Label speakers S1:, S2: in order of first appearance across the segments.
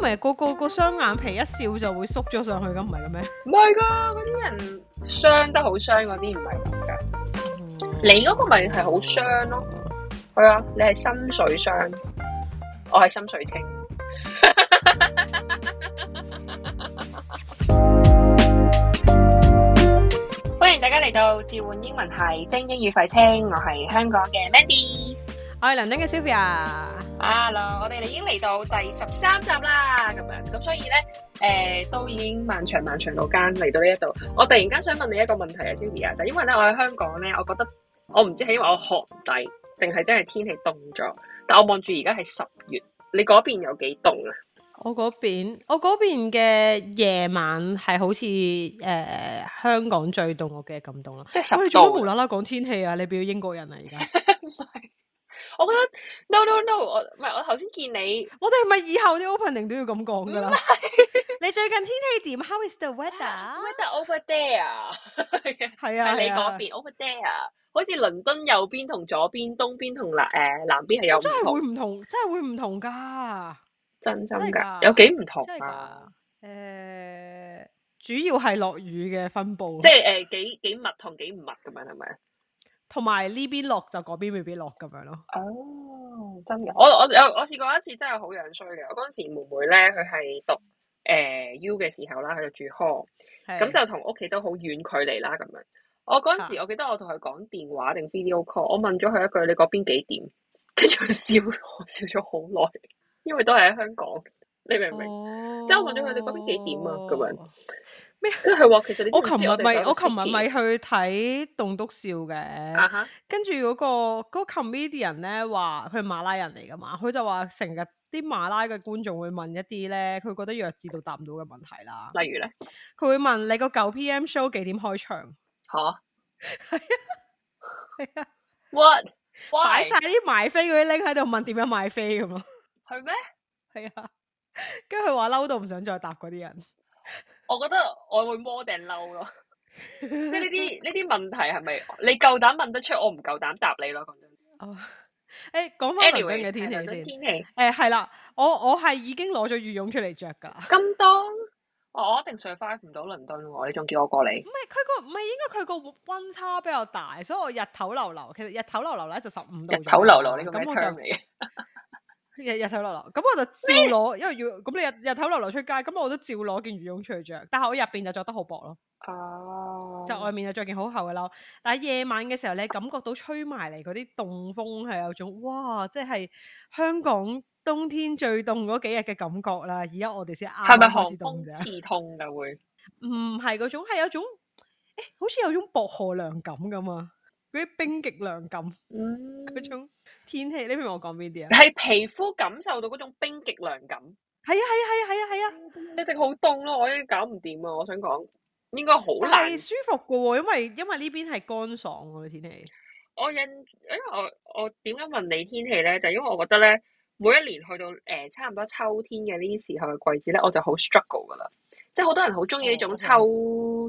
S1: 係個個個雙眼皮一笑就會縮咗上去咁，唔係嘅咩？
S2: 唔係噶，嗰啲人傷得好傷嗰啲唔係咁噶。你嗰個咪係好傷咯，係啊，你係心水傷，我係心水清。歡迎大家嚟到召喚英文系精英與廢青，我係香港嘅 Mandy。
S1: 我係倫敦嘅 Sylvia，
S2: Hello，我哋已經嚟到第十三集啦，咁樣咁所以咧，誒、都已經漫長漫長路間嚟到呢一度。我突然間想問你一個問題啊 s y l v i a 就因為咧我喺香港咧，我覺得我唔知係因為我學唔低，定係真係天氣凍咗。但我望住而家係十月，你嗰邊有幾凍啊？
S1: 我嗰邊我嗰邊嘅夜晚係好似誒、呃香港最凍，我嘅咁凍啦。
S2: 即係
S1: 咁
S2: 十
S1: 你做乜
S2: 度
S1: 無。啦啦講天氣啊？你變咗英國人啦而 家。
S2: 我覺得 no no no，我唔係我頭先見你
S1: 我哋係咪以後啲 opening 都要咁講㗎啦？你最近天氣點？How is the weather？
S2: weather over à? there。
S1: 係啊，
S2: 係你
S1: 係啊
S2: 嗰邊 over there，好似倫敦右邊同左邊、東邊同南誒南邊係有唔
S1: 真係
S2: 同，
S1: 會唔同，真係會唔同
S2: 啊
S1: 㗎，
S2: 真心
S1: 真係
S2: 㗎，
S1: 㗎
S2: 有幾唔同
S1: 真係㗎
S2: 啊！。
S1: 誒、主要係落雨嘅分布，
S2: 即係誒幾幾密同幾唔密咁樣係咪？
S1: 同埋呢邊落就嗰邊未必落咁樣咯。
S2: 哦，真嘅，我我有我試過一次真係好樣衰嘅，我嗰陣時妹妹咧佢係讀誒、U 嘅時候啦，佢就住 hall。咁
S1: 係
S2: 就同屋企都好遠距離啦，咁樣。我嗰陣時，我記得我同佢講電話定 video call，我問咗佢一句：你嗰邊幾點？ 跟住佢笑我，笑咗好耐，因為都係喺香港，你明唔明？
S1: 哦
S2: 即係我問咗佢你嗰邊幾點啊咁樣
S1: 樣。
S2: 跟住佢話其實你知唔
S1: 我
S2: 知
S1: 琴日
S2: 哋
S1: 咪
S2: 有個
S1: 我琴日
S2: city？
S1: 咪去睇棟篤笑
S2: 啊
S1: 嘅，
S2: 哈，
S1: 跟住嗰個嗰、個 comedian 咧話佢係馬拉人嚟噶嘛，佢就話成日啲馬拉嘅觀眾會問一啲咧，佢覺得弱智到答唔到嘅問題啦。
S2: 例如咧
S1: 佢會問你個九 PM show 幾點開場，
S2: 嚇，what
S1: 啊擺
S2: why
S1: 晒啲買飛嗰啲拎喺度問點樣買飛咁咯，
S2: 係咩？
S1: 係啊，跟住佢話嬲到唔想再答嗰啲人。
S2: 我覺得我會 more 定嬲 咯，即係呢啲呢啲問題係咪你夠膽問得出，我唔夠膽答你咯。講真
S1: 哦， 誒講翻啊倫敦
S2: ，anyway，
S1: 嘅天
S2: 係倫敦
S1: 氣先。
S2: 天氣。
S1: 誒係啦，我我係已經攞咗羽絨出嚟着㗎啦。
S2: 咁當我一定 survive 唔到倫敦喎，你仲叫我過嚟
S1: 唔？係佢個唔係應該佢個温差比較大，所以我日頭流流，其實日頭流流咧就十五度。
S2: 日頭流流呢個咩
S1: 咁我
S2: term
S1: 就
S2: 嚟嘅？
S1: 日日頭流流，咁我就照攞，因為要咁你日日頭流流出街，咁我都照攞件羽絨出去着，但係我入邊就着得好薄咯，
S2: 哦
S1: 就外面就着件好厚嘅褸。但係夜晚嘅時候，你感覺到吹埋嚟嗰啲凍風係有種哇，即係香港冬天最凍嗰幾日嘅感覺啦。而家我哋先啱
S2: 係咪
S1: 啱
S2: 寒
S1: 開始凍
S2: 風
S1: 啫，
S2: 刺痛㗎會？
S1: 唔係嗰種，係有種，誒、好似有種薄荷涼感咁啊，嗰啲冰極涼感
S2: 嗯，
S1: 嗰種天氣，你明唔明我講邊啲啊？
S2: 係皮膚感受到嗰種冰極涼感，
S1: 係啊係啊係啊係啊係啊！
S2: 你哋好凍咯，我已經搞唔掂啊！我想講應該好
S1: 但
S2: 難
S1: 係。舒服嘅喎，因為因為呢邊係乾爽嘅天氣。
S2: 我印，因為我我點解問你天氣咧？就因為我覺得咧，每一年去到誒、呃差唔多秋天嘅呢啲時候嘅季節咧，我就好 struggle 噶啦。即係好多人好中意呢種
S1: 哦，OK
S2: 秋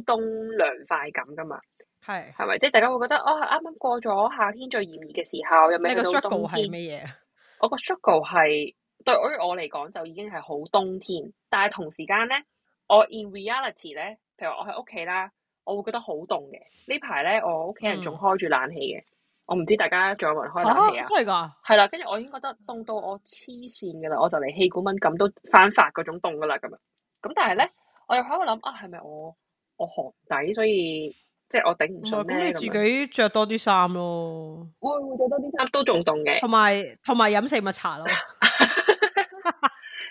S2: 冬涼快感噶嘛，
S1: 係
S2: 係咪？即係大家會覺得哦，啱啱過咗夏天最炎熱嘅時候，又
S1: 你
S2: 未去
S1: 個
S2: 到冬
S1: struggle 係
S2: 天。
S1: 咩嘢啊？
S2: 我個 struggle 係對於我嚟講就已經係好冬天，但係同時間咧，我 in reality 咧，譬如我喺屋企啦，我會覺得好凍嘅。呢排咧，我屋企人仲
S1: 嗯
S2: 開住冷氣嘅，我唔知大家仲有冇人開冷氣
S1: 嚇
S2: 啊？
S1: 真係㗎！
S2: 係啦，跟住我已經覺得凍到我黐線㗎啦，我就嚟氣管敏感都翻發嗰種凍㗎啦咁樣。咁但係咧，我又喺度諗啊，係咪我我寒底，所以即係我頂唔
S1: 唔係
S2: 順
S1: 咁，
S2: 咧
S1: 你
S2: 咁
S1: 自
S2: 樣？
S1: 己着多啲衫咯，
S2: 會唔會着多啲衫都仲凍嘅？
S1: 同埋同埋飲四物茶咯。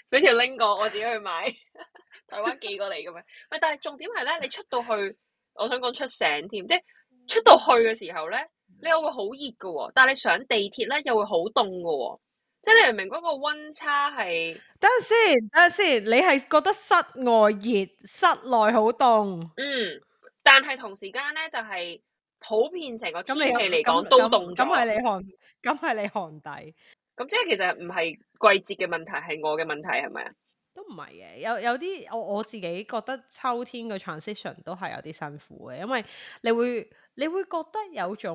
S2: 俾條 link 我，我自己去買，台灣寄過嚟咁樣。喂，但係重點係咧，你出到去，我想講出城添，即係出到去嘅時候咧，你又會好熱嘅喎，但係你上地鐵咧又會好凍嘅喎，即係你明唔明嗰個温差係，
S1: 等陣先，等陣先，你係覺得室外熱，室內好凍，
S2: 嗯，但係同時間咧就係、普遍成個
S1: 咁
S2: 天
S1: 你
S2: 氣嚟
S1: 咁
S2: 講都
S1: 咁
S2: 凍
S1: 咁係
S2: 咗，
S1: 你寒，咁係你寒底。
S2: 咁即係其實唔係季節嘅問題，係我嘅問題係咪啊？
S1: 都唔係嘅，有有啲我我自己覺得秋天嘅 transition 都係有啲辛苦嘅，因為你會你會覺得有種，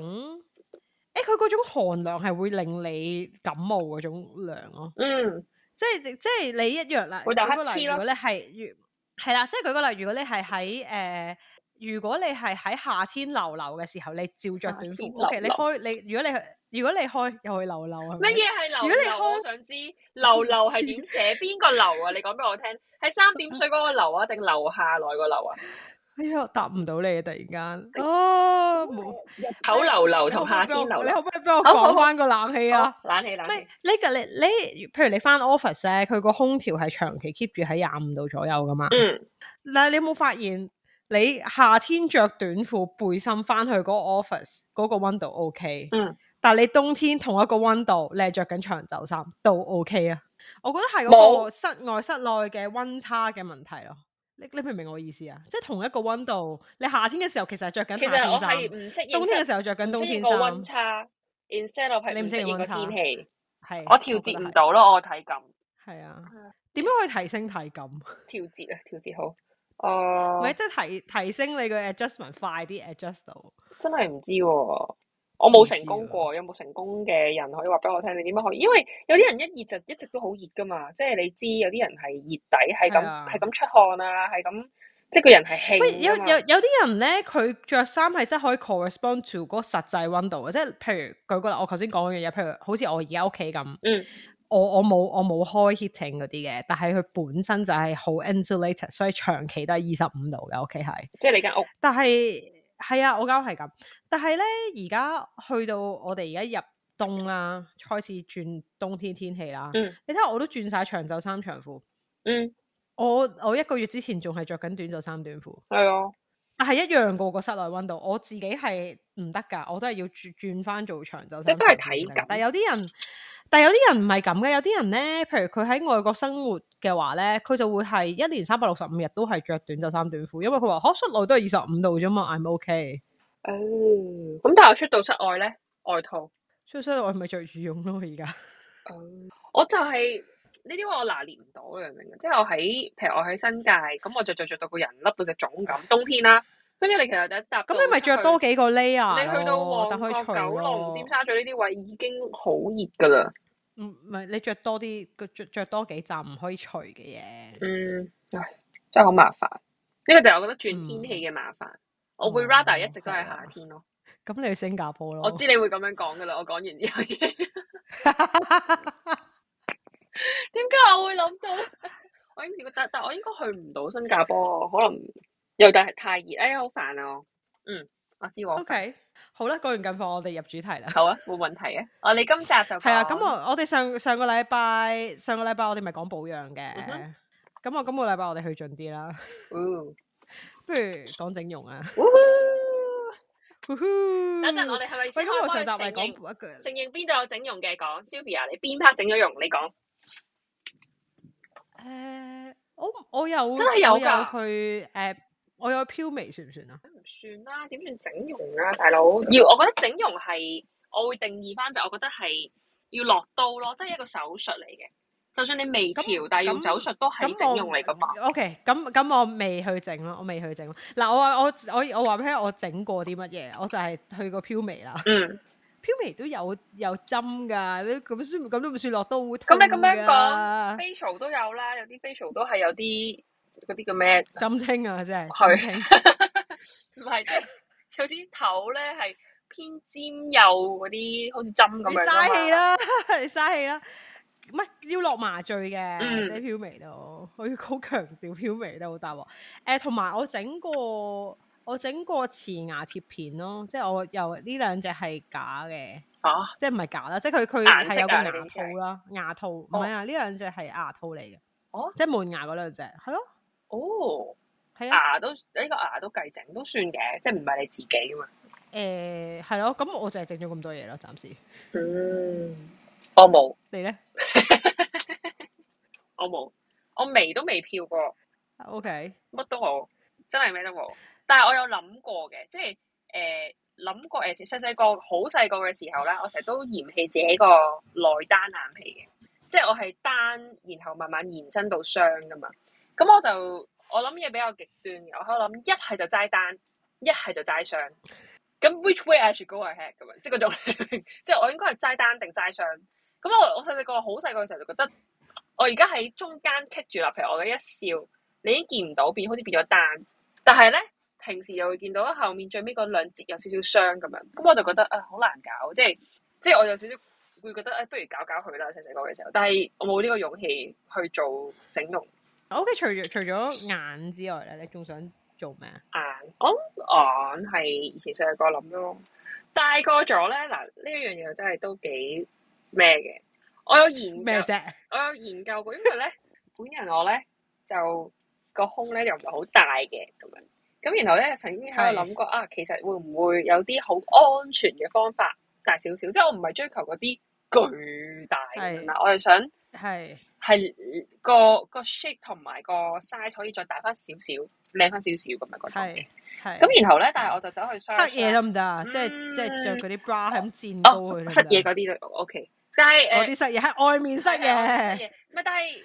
S1: 誒佢嗰種寒涼係會令你感冒嗰種涼咯、
S2: 嗯，
S1: 即係即係你一樣啦。
S2: 會打
S1: 舉個
S2: 乞
S1: 例
S2: 嗤
S1: 如
S2: 咯
S1: 果你係如係啦，即係舉個例，如果你係喺誒，如果你係喺夏天流流嘅時候，你照着
S2: 夏
S1: 短
S2: 天
S1: 褲。O K，你
S2: 流流
S1: 開你如果你去如果你開又去流流係咪
S2: 乜嘢係流
S1: 如果你
S2: 流？
S1: 開
S2: 我想知流流係點寫？邊個流啊？你講俾我聽，係三 點水嗰個流啊，定留下來個流啊？
S1: 哎呀，答唔到你啊！突然間，哦，冇
S2: 入口流流
S1: 你可唔
S2: 同
S1: 可以
S2: 夏
S1: 俾我
S2: 天流
S1: 你可。
S2: 流
S1: 唔可以俾我
S2: 好好
S1: 講翻個冷氣啊？
S2: 好冷氣冷
S1: 唔係
S2: 氣，
S1: 呢個你你，譬如你翻 office 咧，佢個空調係長期 keep 住喺廿五度左右噶嘛。
S2: 嗯，
S1: 嗱，你有冇發現你夏天着短褲背心翻去嗰個 office 嗰個温度 OK，
S2: 嗯，
S1: 但係你冬天同一個温度，你係着緊長袖衫都 OK 啊。我覺得係嗰個
S2: 冇
S1: 室外室內嘅温差嘅問題咯。你你明唔明我意思啊？即係同一個温度，你夏天嘅時候其實係着緊
S2: 其
S1: 夏
S2: 實我
S1: 天衫
S2: 係，唔適應
S1: 冬天嘅
S2: 室，
S1: 時候着緊
S2: 唔
S1: 冬
S2: 適
S1: 天
S2: 應
S1: 衫
S2: 個，温差，instead of 係
S1: 你唔
S2: 唔
S1: 適
S2: 適
S1: 應
S2: 應個
S1: 温差
S2: 天氣，
S1: 係
S2: 我調
S1: 覺得
S2: 節唔
S1: 係
S2: 到咯，我體感
S1: 係啊
S2: 係啊，
S1: 點樣可以提升體感？唔
S2: 調節啊，調節好。哦、
S1: 係即係提提升你個 adjustment 快啲 adjust 到。
S2: 真係唔知喎、我冇成
S1: 唔
S2: 功
S1: 知啊
S2: 過，有冇成功嘅人可以話俾我聽？你點樣可以？因為有啲人一熱就一直都好熱噶嘛，即係你知有啲人係熱底，
S1: 係
S2: 係咁
S1: 啊
S2: 係咁出汗啊，係咁即係個人係
S1: 喂，有
S2: 興㗎嘛
S1: 有有啲人咧，佢着衫係真係可以 correspond to 嗰個實際温度嘅，即係譬如舉個例，我頭先講嗰樣嘢，譬如好似我而家屋企咁，
S2: 嗯
S1: 我我冇我冇開 heating 嗰啲嘅，但係佢本身就係好 insulated，所以長期都係二十五度嘅屋企係。
S2: 即係你間屋
S1: 但係係啊，我間屋係咁。但係咧，而家去到我哋而家入冬啦，開始轉冬天天氣啦。
S2: 嗯
S1: 你睇下，我都轉晒長袖衫長褲。
S2: 嗯
S1: 我我一個月之前仲係着緊短袖衫短褲。
S2: 係啊，
S1: 但係一樣個個室內温度，我自己係唔得㗎，我都係要轉轉翻做長袖衫。
S2: 即係都係體感
S1: 但係有啲人，但係有啲人唔係咁嘅，有啲人咧，譬如佢喺外國生活嘅話咧，佢就會係一年三百六十五日都係着短袖衫短褲，因為佢話嚇室內都係二十五度啫嘛，I'm OK。
S2: 哦咁但係我出到室外咧，外套。
S1: 所以室內咪着羽絨咯，而家哦
S2: 我就係呢啲位我拿捏唔到，你明唔明啊？即係我喺，譬如我喺新界，咁我着着着到個人笠到隻粽咁，冬天啦。跟住你其實第一搭
S1: 咁你咪
S2: 到出
S1: 着
S2: 去
S1: 多幾個 layer
S2: 你去到
S1: 咯
S2: 旺
S1: 但可以
S2: 角、
S1: 除
S2: 九龍、
S1: 咯
S2: 尖沙咀呢啲位已經好熱噶啦。
S1: 唔唔係你着多啲，個着着多幾站唔可以除嘅嘢。
S2: 嗯，唉，真係好麻煩。呢個就係我覺得轉天氣嘅麻煩。我會
S1: 哦
S2: rather 一直都
S1: 係
S2: 係
S1: 啊
S2: 夏天咯。
S1: 咁你去新加坡咯？
S2: 我 知你會咁樣講噶啦。我講完之後，點解我會諗到咧？ 我應該但但我應該去唔到新加坡，可能又但係太熱，哎呀好煩啊！我嗯，我知我
S1: O K，好啦，講完近況，我哋入主題啦。
S2: 好啊，冇問題啊。我哋今集就
S1: 係啊，咁
S2: 講
S1: 我我哋上上個禮拜上個禮拜我哋咪講保養嘅
S2: 嗯，哼
S1: 咁、我今個禮拜我哋去盡啲啦，
S2: 嗯
S1: 不如講整容啊。
S2: 呼呼
S1: 等
S2: 等陣，
S1: 陣
S2: 我哋係咪
S1: 喂，
S2: 先
S1: 咁我
S2: 開
S1: 上
S2: 開
S1: 集咪
S2: 承認
S1: 講
S2: 承認邊度有整容嘅講，Sylvia 你邊 part 整咗容？你講
S1: 誒，我我有
S2: 真係有
S1: 我
S2: 㗎
S1: 去誒、我有去飄眉算唔算啊？
S2: 唔算啦，點算整容啊，大佬？要我覺得整容係我會定義翻就，我覺得係要落刀咯，即係一個手術嚟嘅。就算你微
S1: 咁
S2: 調，但係用
S1: 咁
S2: 手術都係
S1: 咁我
S2: 整容嚟噶嘛？
S1: O K，咁咁我未去整咯，我未去整咯。嗱，我話我我我話俾你聽，我整過啲乜嘢？我就係去過飄眉啦。
S2: 嗯，
S1: 飄眉都有有針㗎，你咁算咁都唔算落刀會
S2: 咁你咁樣
S1: 講
S2: facial 都有啦，有啲 facial 都係有啲嗰啲叫咩？
S1: 針清啊，真係
S2: 係
S1: 針 清。
S2: 唔係即係 有啲頭咧係偏尖右嗰啲，好似針咁
S1: 你
S2: 樣㗎嘛
S1: 嘥氣。啦， 你嘥氣啦。唔係要落麻醉嘅，
S2: 嗯
S1: 即係飄眉都，我要好強調飄眉都好大鑊。誒，同埋我整過，我整過瓷牙貼片咯，即係我又呢兩隻係假嘅，
S2: 啊，
S1: 即係唔係假啦，即係佢佢
S2: 顏
S1: 係
S2: 色
S1: 有個
S2: 啊
S1: 牙
S2: 你哋呢隻
S1: 套啦，牙套唔係啊，呢兩隻係牙套嚟嘅，
S2: 哦
S1: 即係門牙嗰兩隻，係咯，
S2: 哦，
S1: 係啊。
S2: 牙都呢個牙都計整都算嘅，即係唔係你自己㗎嘛？
S1: 誒呃係咯，咁我就係整咗咁多嘢咯，暫時
S2: 嗯，我冇，
S1: 你咧
S2: 我冇，我眉都未漂過，
S1: ？OK，
S2: 乜都冇，真係咩都冇。但係我有諗過嘅，即係誒諗過誒呃細細個好細個嘅時候啦，我成日都嫌棄自己個內單眼皮嘅，即係我係單，然後慢慢延伸到雙噶嘛。咁我就我諗嘢比較極端嘅，我喺度諗一係就齋單，一係就齋雙。咁 which way I should go ahead 咁樣，即係嗰種，即係我應該係齋單定齋雙。咁我我細細個好細個嘅時候就覺得我而家喺中間棘住啦，譬如我嘅一笑，你已經見唔到變，好似變咗單。但係咧，平時又會見到後面最尾嗰兩節有少少傷咁樣，咁我就覺得啊，好難搞，即係即係我有少少會覺得誒、哎不如搞搞佢啦，細細個嘅時候。但係我冇呢個勇氣去做整容。
S1: O、k 除咗除咗眼之外咧，你仲想做咩啊？
S2: 眼，我諗哦眼係以前細個諗咯，大個咗咧，嗱呢一樣嘢真係都幾咩嘅。我有研
S1: 咩
S2: 究，
S1: 啫？
S2: 我有研究過，因 為咧本人我咧就個胸咧又唔係好大嘅咁樣，咁然後咧曾經喺度諗過啊，其實會唔會有啲好安全嘅方法大少少？即係我唔係追求嗰啲巨大咁樣啦，我係想。
S1: 係
S2: 係個個 shape 同埋個 size 可以再大翻少少，靚翻少少咁樣嗰種嘅
S1: 係。係。
S2: 咁然後咧，但係我就走去 search
S1: 塞嘢
S2: 啦
S1: 得唔得啊？即係即係
S2: 嗯
S1: 着嗰啲 bra 係咁墊高佢得唔
S2: 哦，
S1: 得。
S2: 塞嘢嗰啲都 OK，但係呃
S1: 嗰
S2: 誒
S1: 啲塞嘢喺外面塞嘢。
S2: 嘢，唔係但係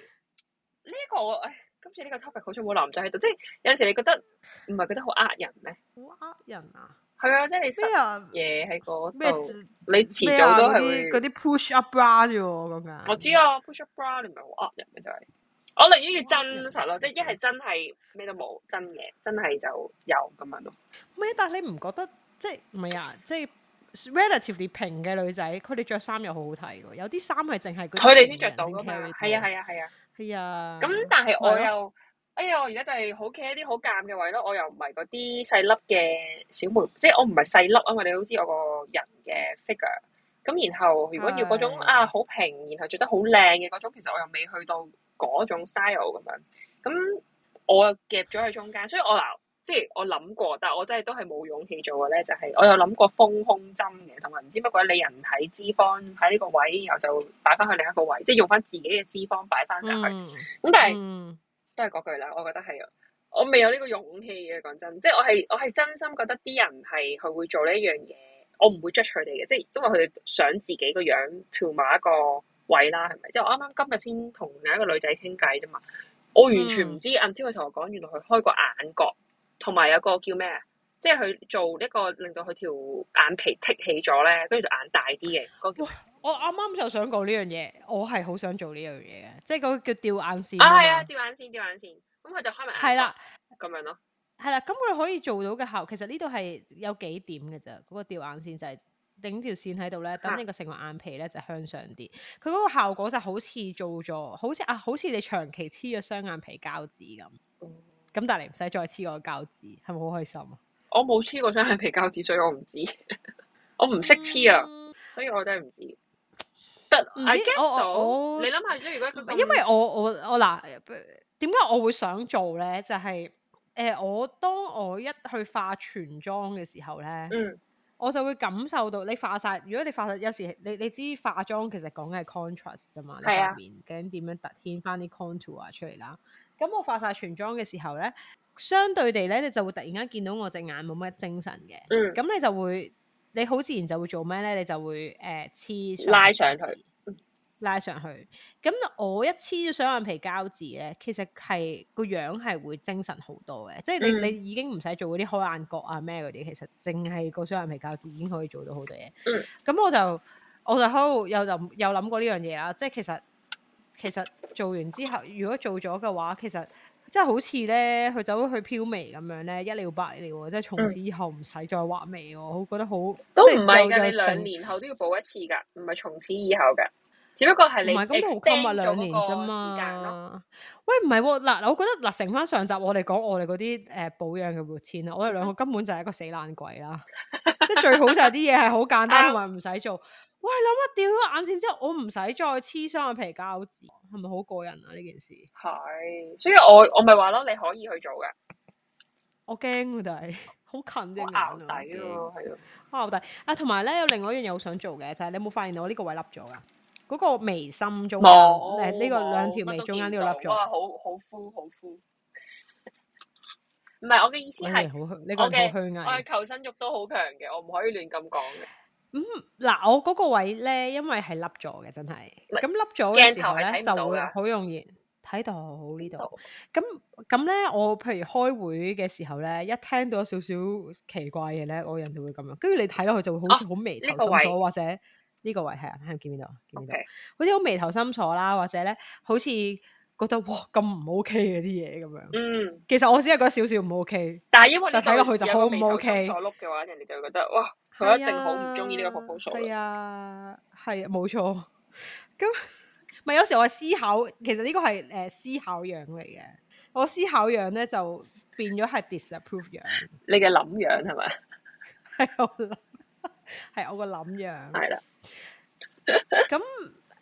S2: 呢個我唉今次呢個 topic 好似冇男仔喺度，即係有陣時你覺得唔係覺得好呃人咩？
S1: 好呃人啊！
S2: 係啊，即係你塞
S1: 咩啊？
S2: 嘢喺嗰
S1: 咩
S2: 度，
S1: 字
S2: 你
S1: 咩
S2: 遲
S1: 啊
S2: 早都
S1: 嗰
S2: 係
S1: 啲嗰
S2: 會。
S1: 啲 push up bra 啫喎，講緊。
S2: 我知啊，push up bra 你唔係好呃人嘅就係。我寧願要真實
S1: 嗯
S2: 咯，即係一係真係咩都冇，真嘢真係就有咁樣咯。
S1: 咩？但係你唔覺得即係唔係啊？即係 relatively 平嘅女仔，佢哋着衫又好好睇喎。有啲衫係淨係嗰啲
S2: 佢哋先着到噶
S1: 平
S2: 嘛
S1: 嘅人，先
S2: 係
S1: carry
S2: 啊係啊係啊。
S1: 係啊。
S2: 咁但係我
S1: 係
S2: 又，哎呀，我而家就係好企喺啲好尷嘅位咯。我又唔係嗰啲細粒嘅小妹，即係我唔係細粒啊嘛。你好知我個人嘅 figure。咁然後如果要嗰種
S1: 係
S2: 啊好平，然後着得好靚嘅嗰種，其實我又未去到嗰種 style 咁樣。咁我又夾咗喺中間，所以我嗱，即係我諗過，但係我真係都係冇勇氣做嘅咧。就係、我有諗過豐胸針嘅，同埋唔知乜鬼你人體脂肪喺呢個位，然後就擺翻去另一個位，即係用翻自己嘅脂肪擺翻入去。咁、
S1: 嗯
S2: 但係。
S1: 嗯
S2: 都係嗰句啦，我覺得係我未有呢個勇氣嘅，講真，即係我係我係真心覺得啲人係佢會做呢一樣嘢，我唔會 judge 佢哋嘅，即係因為佢哋想自己個樣跳埋一個位啦，係咪？即係我啱啱今日先同另一個女仔傾偈啫嘛，我完全
S1: 嗯
S2: 唔知，until 佢同我講，原來佢開個眼角，同埋有個叫咩啊？即係佢做一個令到佢條眼皮剔起咗咧，跟住就眼大啲嘅嗰個叫咩
S1: 我啱啱就想講呢樣嘢，我係好想做呢樣嘢嘅，即係嗰個叫吊眼線
S2: 啊，係啊，
S1: 嘛，
S2: 吊眼線，吊眼線，咁佢就開埋
S1: 嗯係
S2: 眼角
S1: 啦。
S2: 咁樣咯，
S1: 係啦，咁佢可以做到嘅效，其實呢度係有幾點嘅咋，嗰、個吊眼線就係、頂條線喺度咧，等你個成個眼皮咧就向上啲。佢嗰個效果就好似做咗，好似啊，好似你長期黐咗雙眼皮膠紙咁。
S2: 哦
S1: 咁但係你唔使再黐個膠紙，係咪好開心啊？
S2: 我冇黐過雙眼皮膠紙，所以我唔知， 我唔識黐啊，
S1: 嗯
S2: 所以我真係唔知。But
S1: 唔
S2: I
S1: 知
S2: guess
S1: 我我
S2: so，
S1: 我
S2: 你諗下，如果佢咁
S1: 因為我我我嗱，點解我會想做咧？就係、诶我當我一去化全妝嘅時候咧，
S2: 嗯
S1: 我就會感受到你化晒。如果你化晒，有時你你知化妝其實講緊係 contrast 啫嘛，你
S2: 係啊
S1: 塊面究竟點樣突顯翻啲 contour 啊出嚟啦。咁我化晒全妝嘅時候咧，相對地咧，你就會突然間見到我隻眼冇乜精神嘅，
S2: 嗯
S1: 咁你就會你好自然就會做咩咧？你就會誒黐、
S2: 拉上去，
S1: 拉上去。咁我一黐咗雙眼皮膠紙咧，其實係個樣係會精神好多嘅，即係你、
S2: 嗯
S1: 你已經唔使做嗰啲開眼角啊咩嗰啲，其實淨係個雙眼皮膠紙已經可以做到好多嘢。
S2: 嗯
S1: 咁、我就我就喺度又諗又諗過呢樣嘢啦，即係其實其實做完之後，如果做咗嘅話，其實。即係好似咧，佢走去飄眉咁樣咧，一了百了喎！即係從此以後唔使再畫眉喎，我覺得好
S2: 嗯都
S1: 即
S2: 唔
S1: 係
S2: 係
S1: 又
S2: 㗎，
S1: 又
S2: 你兩
S1: 成
S2: 年後都要補一次㗎，唔係從此以後㗎，只不過係你
S1: 唔係咁都好襟啊，
S2: extend 咗
S1: 兩年啫
S2: 嗰個時間咯。
S1: 嘛。喂，唔係喎，嗱，我覺得嗱，成翻上集我哋講我哋嗰啲誒保養嘅 routine 啦，我哋兩
S2: 嗯
S1: 個根本就係一個死爛鬼 啦，即係最好就係啲嘢係好簡單同埋唔使做。喂，諗下掉咗眼線之後，我唔使再黐雙眼皮膠紙，係咪好過癮啊？呢件事
S2: 係，所以我我咪話咯，你可以去做㗎，
S1: 我驚㗎，但係 好近隻
S2: 好
S1: 眼
S2: 熬
S1: 啊，
S2: 底
S1: 我驚
S2: 咯，係咯。
S1: 拗底啊！同埋咧，有另外一樣嘢好想做嘅，就係、你有冇發現我呢個位凹咗㗎？嗰、個眉心中間，
S2: 冇
S1: 誒呢個兩條
S2: 冇
S1: 眉
S2: 乜都
S1: 中間呢
S2: 見
S1: 度凹
S2: 到啊
S1: 咗
S2: 哇，。好好敷好敷。唔係我嘅意思
S1: 你
S2: 係
S1: 係。好虛，呢個
S2: 我嘅
S1: 人好虛
S2: 我係
S1: 偽。
S2: 求生欲都好強嘅，我唔可以亂咁講嘅。
S1: 嗱，我嗰個位咧，因為係凹咗嘅，真係。
S2: 係
S1: 咁凹咗嘅
S2: 鏡
S1: 時
S2: 頭
S1: 候
S2: 係睇
S1: 咧，
S2: 唔
S1: 就
S2: 到
S1: 會
S2: 㗎
S1: 好容易睇到呢
S2: 呢
S1: 度
S2: 度。
S1: 咁咁咧，我譬如開會嘅時候咧，一聽到有少少奇怪嘅咧，我人就會咁樣。跟住你睇落去就會好似好眉
S2: 哦呢
S1: 頭
S2: 個
S1: 深
S2: 位
S1: 鎖，或者呢個位係啱啱見唔見到啊？見唔
S2: O
S1: 見到
S2: K，
S1: 好似好眉頭深鎖啦，或者咧好似覺得哇咁唔 OK 嘅啲嘢咁樣。
S2: 嗯，
S1: 其實我只係覺得少少唔 OK。
S2: 但係因為你
S1: 但睇落去就好唔 OK
S2: 所碌嘅話，人哋就會覺得哇，佢一定好唔中意呢個 proposal
S1: 啊係
S2: 啦。
S1: 啊，係啊冇錯。 咁咪有時我係思考，其實呢個係誒思考樣嚟嘅。我思考樣咧就變咗係 disapprove 樣，
S2: 你嘅諗樣
S1: 啊
S2: 係咪？
S1: 係我諗，係我個諗樣。
S2: 係啦，
S1: 咁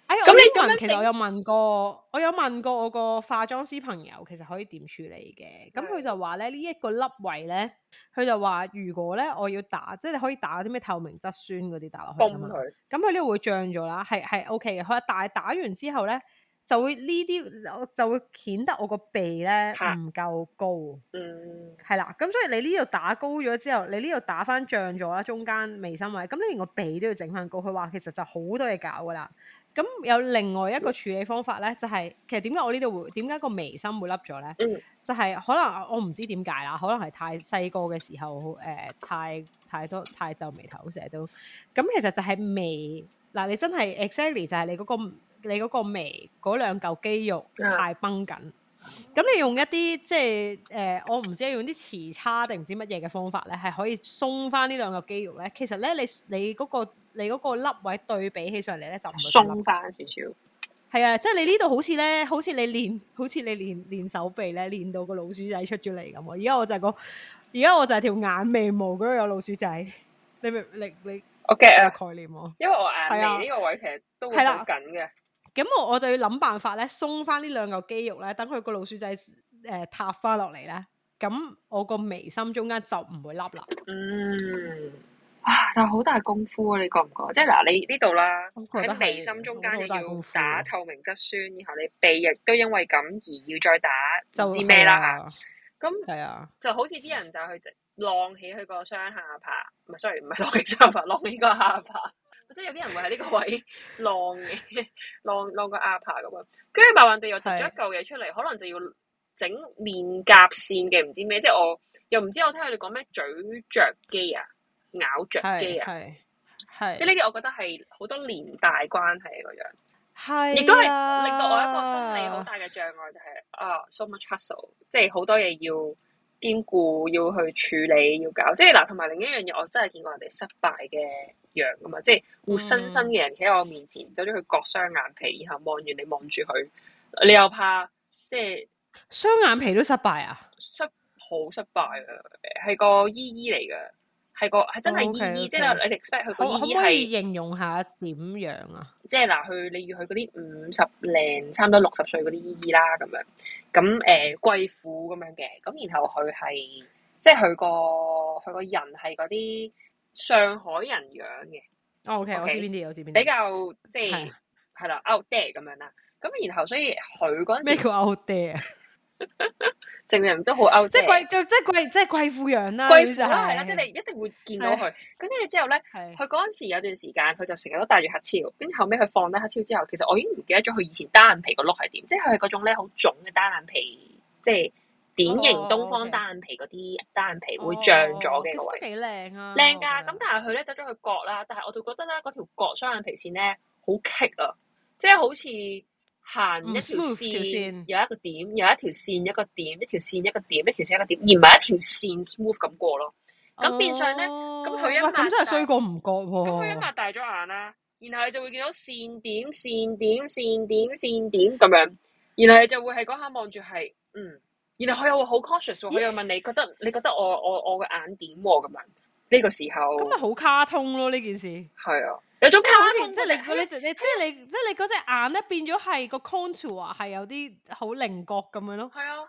S1: 哎，
S2: 咁
S1: 咁
S2: 你
S1: 你
S2: 咁樣
S1: 問，其實
S2: 整
S1: 我有問過，我有問過我個化妝師朋友，其實可以點處理嘅。咁佢
S2: 係
S1: 就話咧，呢、一個粒位咧，佢就話如果咧我要打，即係你可以打啲咩透明質酸嗰啲打落去
S2: 崩
S1: 噶嘛。
S2: 佢。
S1: 咁佢呢度會漲咗啦，係係 OK 嘅。佢話但係打完之後咧，就會呢啲我就會顯得我個鼻咧
S2: 嚇
S1: 唔夠高。
S2: 嗯，
S1: 係啊啦，咁所以你呢度打高咗之後，你呢度打翻漲咗啦，中間眉心位，咁你連個鼻都要整翻高。佢話其實就好多嘢搞噶啦。咁有另外一個處理方法咧，就係、其實點解我呢度會點解個眉心會凹咗咧？
S2: 嗯
S1: 就係可能我唔知點解啦，可能係太細個嘅時候誒、太太多太皺眉頭，成日都咁其實就係眉嗱，你真係 exactly 就係你嗰、個你嗰個眉嗰兩嚿肌肉
S2: 啊
S1: 太繃緊。咁你用一啲即係誒、呃我唔知用啲磁叉定唔知乜嘢嘅方法咧，係可以鬆翻呢兩個肌肉咧。其實咧，你你嗰、個你嗰個凹位對比起上嚟咧，就唔會咁凹
S2: 鬆翻少少。
S1: 係啊，即係你呢度好似咧，好似你練， 好似你練練手臂咧，練到個老鼠仔出咗嚟咁喎。而家我就係個，而家我就係條眼眉毛嗰度有老鼠仔，你明你你
S2: 我 get
S1: 有
S2: 啊，
S1: 概念喎。
S2: 因為我眼
S1: 係啊
S2: 眉呢個位其實都會
S1: 係
S2: 好
S1: 啦
S2: 緊嘅。
S1: 咁我我就要諗辦法咧，鬆翻呢兩嚿肌肉咧，等佢個老鼠仔誒塌翻落嚟咧。咁我個眉心中間就唔會凹啦。
S2: 嗯，哇！但係好大功夫啊，你覺唔覺？即係嗱，你呢度啦，
S1: 我覺得
S2: 喺
S1: 係
S2: 眉心中間
S1: 好
S2: 又
S1: 大
S2: 要
S1: 功夫
S2: 打
S1: 啊
S2: 透明質酸，然後你鼻亦都因為咁而要再打唔
S1: 就
S2: 知咩啦
S1: 係
S2: 吓。
S1: 啊
S2: 咁
S1: 係啊，
S2: 就好似啲人就去浪起佢個雙下巴，唔係，sorry，唔係浪起雙下巴，浪起個下巴。 即係有啲人會喺呢個位浪嘅， 浪浪個下巴咁樣，跟住慢慢地又跌咗一嚿嘢出嚟，可能就要整面甲線嘅，唔知咩，即係我又唔知我聽佢哋講咩咀嚼肌啊、咬嚼肌
S1: 係
S2: 啊，
S1: 係係，
S2: 即係呢啲我覺得係好多連帶關係嗰樣，
S1: 係
S2: 亦都係令到我一個心理好
S1: 啊
S2: 大嘅障礙就係、啊，so much hustle，即係好多嘢要兼顧，要去處理，要搞，即係嗱，同埋另一樣嘢，我真係見過人哋失敗嘅樣噶嘛，即係活生生嘅人企喺我面前，走咗去割雙眼皮，然後望完你望住佢，你又怕即係
S1: 雙眼皮都失敗啊！
S2: 失好失敗啊，係個姨姨嚟嘅，係個係真係
S1: 哦，OK，
S2: 姨姨，即
S1: OK
S2: 係你 expect 佢個
S1: 可可唔
S2: 姨姨
S1: 可
S2: 係
S1: 以。形容下點樣啊？
S2: 即係嗱，佢你預佢嗰啲五十零，差唔多六十歲嗰啲姨姨啦，咁樣，咁誒、呃貴婦咁樣嘅，咁然後佢係即係佢個佢個人係嗰啲上海人樣嘅，
S1: 哦，OK，我知
S2: OK，
S1: 邊啲，我知邊
S2: 比
S1: 啲。
S2: 較即係
S1: 係
S2: 係啦 out there 咁樣啦，咁然後所以佢嗰
S1: 咩
S2: 陣時
S1: 叫 out there 啊？
S2: 成個人都好 out
S1: 即
S2: there
S1: 係貴，即係貴，即係貴婦樣啦。呢
S2: 貴
S1: 啲
S2: 婦
S1: 就
S2: 啦，係啦，
S1: 係
S2: 即係你一定會見到佢。咁跟住之後咧，
S1: 係
S2: 佢嗰陣時有段時間，佢就成日都戴住黑超，跟住後尾佢放低黑超之後，其實我已經唔記得咗佢以前單眼皮個碌係點，即係佢係嗰種咧好腫嘅單眼皮，即係典型
S1: 哦
S2: 東方
S1: OK
S2: 單眼皮嗰啲單眼皮會漲咗嘅
S1: 哦
S2: 個
S1: 其實都，
S2: 位
S1: 幾靚啊！
S2: 靚
S1: 我
S2: 㗎。
S1: 覺得
S2: 咁但係佢咧走咗去割啦，但係我就覺得咧嗰條割雙眼皮線咧好棘啊，即係好似行一
S1: 唔嗯
S2: 條
S1: smooth 條
S2: 線
S1: 線，
S2: 有一個點，有一條線一個點，一條線一個點，一條線一個點，而唔係一條線 smooth 咁過咯。咁變相呢
S1: 哦
S2: 咁佢一
S1: 哇咁真
S2: 擘大
S1: 係衰過唔覺
S2: 咁佢一
S1: 喎。
S2: 擘大咗眼啦，然後你就會見到線點、線點、線點、線點咁樣，然後你就會係嗰下望住係，嗯，然後佢又會好 cautious 喎，
S1: 咦
S2: 佢又問你覺得你覺得我我我嘅眼點喎咁樣，呢個時
S1: 咁咪
S2: 候
S1: 好卡通咯呢件事。
S2: 係啊，有種
S1: 即係好
S2: 卡
S1: 似
S2: 通
S1: 即係你
S2: 嗰
S1: 嗰你你即係你即係你嗰隻眼咧變咗係個 contour 啊係有啲好棱角咁樣咯。
S2: 係啊，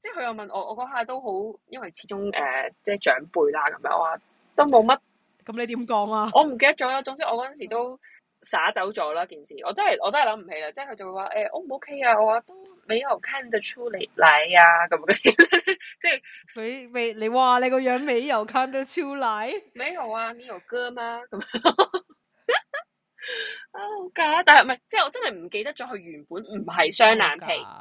S2: 即係佢又問我，我嗰下都好，因為始終誒、呃即係長輩啦咁樣，我話都冇乜。
S1: 咁你點講啊？
S2: 我唔記得咗啦。總之我嗰陣時都耍走咗啦件事，我真係我真係諗唔起啦。即係佢就會話誒、O 唔 OK 啊？我話都沒有看得出嚟嚟啊咁嗰啲， 即係
S1: 你你你哇！你個樣美又看得超嚟。
S2: 沒有啊，你有歌嗎？咁 樣啊好假，但係唔係即係我真係唔記得咗佢原本唔係雙眼皮。
S1: Oh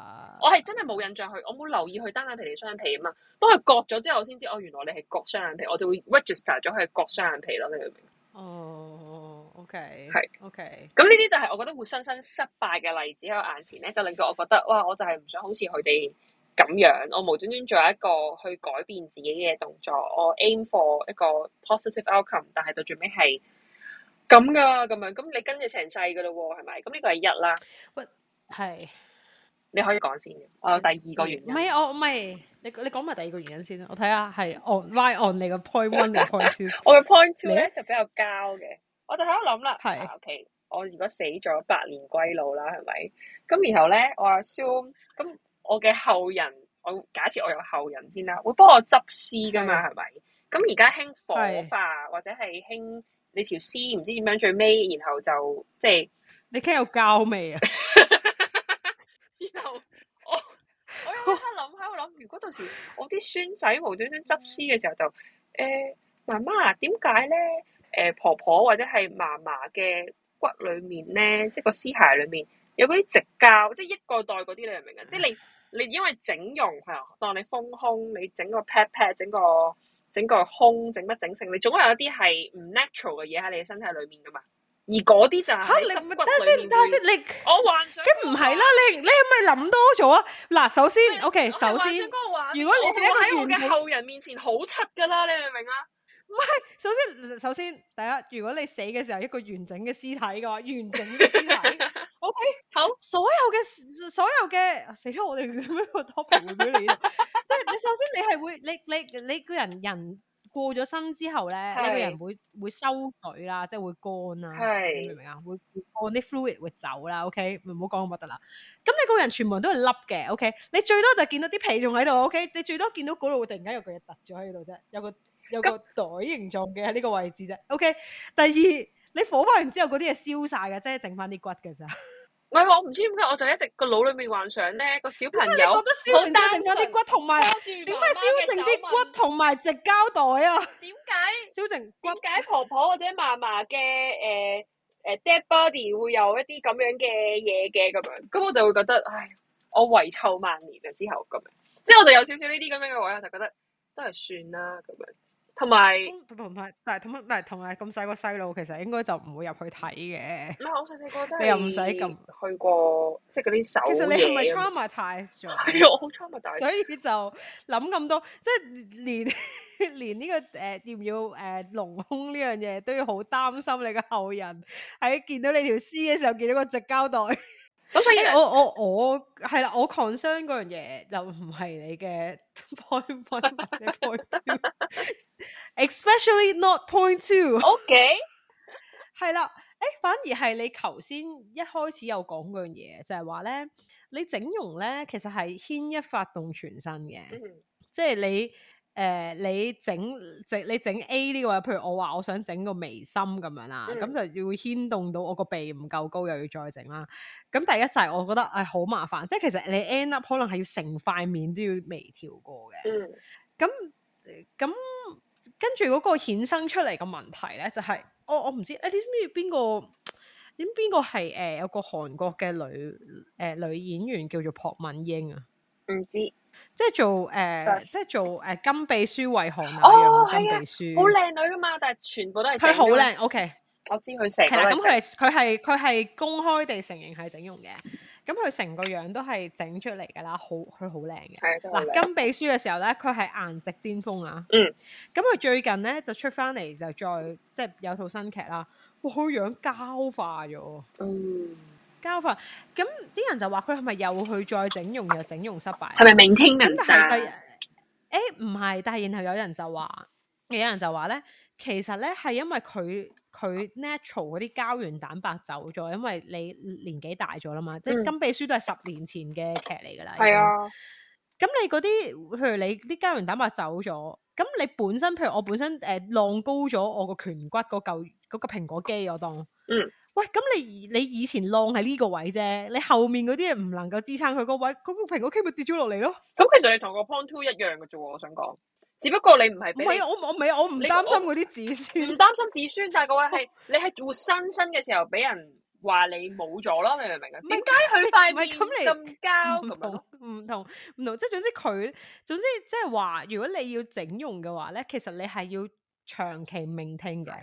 S2: 我係真係冇印象佢，我冇留意佢單眼皮定雙眼皮啊嘛。當佢割咗之後，我先知哦，原來你係割雙眼皮，我就會 register 咗佢係割雙眼皮咯。你明唔明？
S1: 哦，OK，
S2: 係
S1: ，OK，
S2: 咁呢啲就係我覺得活生生失敗嘅例子喺我眼前咧，就令到我覺得哇，我就係唔想好似佢哋咁樣，我無端端做一個去改變自己嘅動作，我 aim for 一個 positive outcome，但係到最尾係咁噶咁樣，咁你跟住成世噶咯喎，係咪？咁呢個係一啦，
S1: 係。
S2: 你可以講先嘅。我有第二個原
S1: 嗯唔
S2: 因，
S1: 係我唔係你你講埋第二個原因先啦，我睇下係 on why on 你個 point one 定 point two。
S2: 我嘅 point two
S1: 你
S2: 咧
S1: 咧
S2: 就比較膠嘅，我就喺度諗啦，
S1: 係
S2: 啊 OK，我如果死咗百年歸老啦，係咪？咁然後咧，我 assume 咁我嘅後人，我假設我有後人先啦，會幫我執屍噶嘛，係咪？咁而家興火
S1: 係
S2: 化或者係興你條屍唔知點樣最尾，然後就即係。
S1: 你傾有膠味啊？
S2: 然後我我有一刻諗喺度諗，如果到時我啲孫仔無端端執屍嘅時候就誒、呃媽媽點解咧誒婆婆或者係嫲嫲嘅骨裡面咧，即係個屍骸裡面有嗰啲直膠，即係一個袋嗰啲，你明唔明啊？即係你你因為整容係啊，當你豐胸，你整個 pat pat，整個整個胸，整乜整成，你總係有啲係唔 natural 嘅嘢喺你嘅身體裡面噶嘛。而嗰啲就
S1: 嚇
S2: 係喺
S1: 你
S2: 執
S1: 咪
S2: 骨
S1: 等下先，
S2: 裡面
S1: 等下
S2: 會
S1: 先，你
S2: 我幻想
S1: 咁唔係啦，你你係咪諗多咗啊？嗱，首先
S2: 係
S1: ，OK，
S2: 我係
S1: 首
S2: 幻
S1: 先
S2: 想。嗰個畫面
S1: 如果你
S2: 我仲
S1: 係一個
S2: 喺我
S1: 完
S2: 嘅
S1: 整
S2: 後人面前好柒噶啦，你明唔明啊？
S1: 首先，首先，第一，如果你死嘅時候係一個完整嘅屍體嘅話，完整嘅屍 體，OK，
S2: 好，
S1: 所有嘅所有嘅死咗，我哋咁樣個 topic 會俾你 呢度，即係你首先你係會，你你你個人人過咗身之後咧，你個人
S2: 係
S1: 會會收水啦，即係會乾啦，你明
S2: 係
S1: 唔明啊？會會乾啲 fluid 會走啦，OK，唔好講咁核突啦。咁你個人全部人都係凹嘅，OK，你最多就見到啲皮仲喺度，OK，你最多見到嗰度突然間有個嘢突咗喺度啫，有個有個袋形狀嘅喺呢個位置啫，OK。第二，你火化完之後嗰啲嘢燒晒嘅，即係剩翻啲骨嘅咋。
S2: 唔係我唔知點解，我就一直個腦裡面幻想咧個小朋
S1: 你覺
S2: 友
S1: 得燒完之後
S2: 好單
S1: 剩翻啲
S2: 純
S1: 骨同埋
S2: 揸住
S1: 點解
S2: 媽媽嘅
S1: 燒剩
S2: 手
S1: 啲骨
S2: 問
S1: 同埋直膠袋啊？
S2: 點解
S1: 燒剩骨
S2: 點解婆婆或者嫲嫲嘅誒誒 dead body 會有一啲咁樣嘅嘢嘅咁樣，咁我就會覺得唉，我遺臭萬年啊！之後咁樣，即係我就有少少呢啲咁樣嘅位，我就覺得都係算啦咁樣，同埋。
S1: 咁同埋，但係同埋，但係同埋咁細個細路，其實應該就唔會入去睇嘅。
S2: 唔係我細細個真
S1: 你又唔使
S2: 係
S1: 咁
S2: 去過，即係嗰啲手
S1: 其實你係咪
S2: 嘢咁。
S1: traumatized 咗？
S2: 係啊，我好 t r a u 大。
S1: 所以就諗咁多，即係連 連呢、個誒、呃要唔要誒、呃、隆胸呢樣嘢都要好擔心你個後人喺見到你條屍嘅時候見到個直膠袋。
S2: 咁所以
S1: 誒、
S2: 人
S1: 我我我係啦，我 concern 嗰樣嘢就唔係你嘅 point one 或者 point two，especially not point two。
S2: OK，
S1: 係啦，诶，反而係你頭先一開始有講嗰樣嘢，就係話咧，你整容咧其實係牽一發動全身嘅。
S2: 嗯
S1: 即係你誒、呃你整整你整 A 呢個位，譬如我話我想整個眉心咁樣啦，咁、
S2: 嗯
S1: 就要牽動到我個鼻唔夠高，又要再整啦。咁第一就係我覺得誒好麻煩，即係其實你 end up 可能係要成塊面都要微調過嘅。
S2: 嗯，
S1: 咁咁跟住嗰個衍生出嚟嘅問題咧，就係、我我唔知誒，你知唔知邊個？點邊個係誒有個韓國嘅女誒、呃女演員叫做朴敏英啊？
S2: 唔知。
S1: 即係做誒、呃
S2: Sorry
S1: 即係做誒、呃金秘書為何那樣
S2: 哦，
S1: 金
S2: 係啊，
S1: 秘
S2: 好
S1: 書，
S2: 靚女噶嘛，但係全部都係
S1: 佢好
S2: 整㗎啊嘛。
S1: 靚，OK，
S2: 我知佢成
S1: 係
S2: 個
S1: 啦，
S2: 都
S1: 咁
S2: 係
S1: 佢係佢係佢係公開地承認係整容嘅，咁佢成個樣都係整出嚟㗎啦，好佢好靚嘅。
S2: 整係啊真係好
S1: 嗱，
S2: 靚。
S1: 金秘書嘅時候咧，佢係顏值巔峰啊！
S2: 嗯，
S1: 咁佢最近咧就出翻嚟就再即係有套新劇啦，哇，佢樣膠化咗喎。
S2: 嗯，
S1: 膠化，咁啲人就話佢係咪又去再整容又整容失敗啊？
S2: 係咪 maintain
S1: 咁
S2: 人
S1: 但
S2: 晒
S1: 係就誒唔係，但係然後有人就話，有人就話咧，其實咧係因為佢佢 natural 嗰啲膠原蛋白走咗，因為你年紀大咗啦嘛，即係
S2: 嗯
S1: 金秘書都係十年前嘅劇嚟㗎啦，已
S2: 係
S1: 經。
S2: 啊，
S1: 咁你嗰啲，譬如你啲膠原蛋白走咗，咁你本身譬如我本身誒、呃浪高咗我個拳骨嗰嚿嗰個蘋果肌，我當。
S2: 嗯
S1: 喂，咁你你以前浪喺呢個位啫，你後面嗰啲嘢唔能夠支撐佢嗰位，嗰、個蘋果肌咪跌咗落嚟咯。
S2: 咁其實你同個 point two 一樣嘅啫喎，我想講，只不過你唔係
S1: 唔
S2: 俾
S1: 係啊，
S2: 你
S1: 我唔我唔係啊我唔
S2: 你
S1: 擔心
S2: 我
S1: 嗰啲子孫
S2: 唔。擔心子孫，但係個 位係你係活生生嘅時候俾人話你冇咗咯，你明唔明啊？
S1: 唔係
S2: 點解佢塊
S1: 唔係咁
S2: 面咁
S1: 你
S2: 膠
S1: 唔
S2: 咁樣
S1: 同
S2: 咯？
S1: 唔同唔同，即係總之佢總之即係話，如果你要整容嘅話咧，其實你係要長期 maintain 嘅
S2: 係。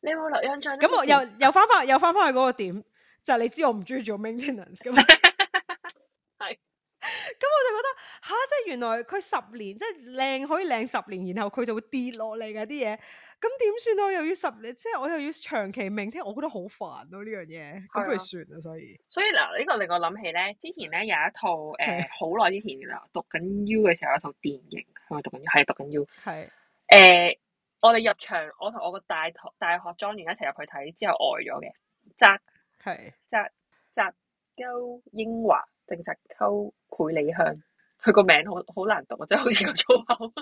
S2: 你有冇留印象呢？
S1: 咁我又又翻翻又翻翻去嗰個點，就係你知我唔中意做 maintenance 咁。 係。咁我就覺得吓，即係原來佢十年，即係靚可以靚十年，然後佢就會跌落嚟嘅啲嘢，咁點算啊？我又要十年，即係我又要長期 maintain，我覺得好煩咯呢樣嘢。咁不
S2: 係啊
S1: 如算啦，所以
S2: 所以嗱，呢個令我諗起咧，之前咧有一套
S1: 係
S2: 誒好耐之前嘅啦，讀緊 U 嘅時候有一套電影，係咪讀緊 U？係讀緊 U。
S1: 係
S2: 誒，我哋入場，我同我個大學大學莊園一齊入去睇，之後呆咗嘅。澤
S1: 係
S2: 澤澤鳩英華定澤鳩繪里香，佢個名好好難讀啊，真係好似個粗口。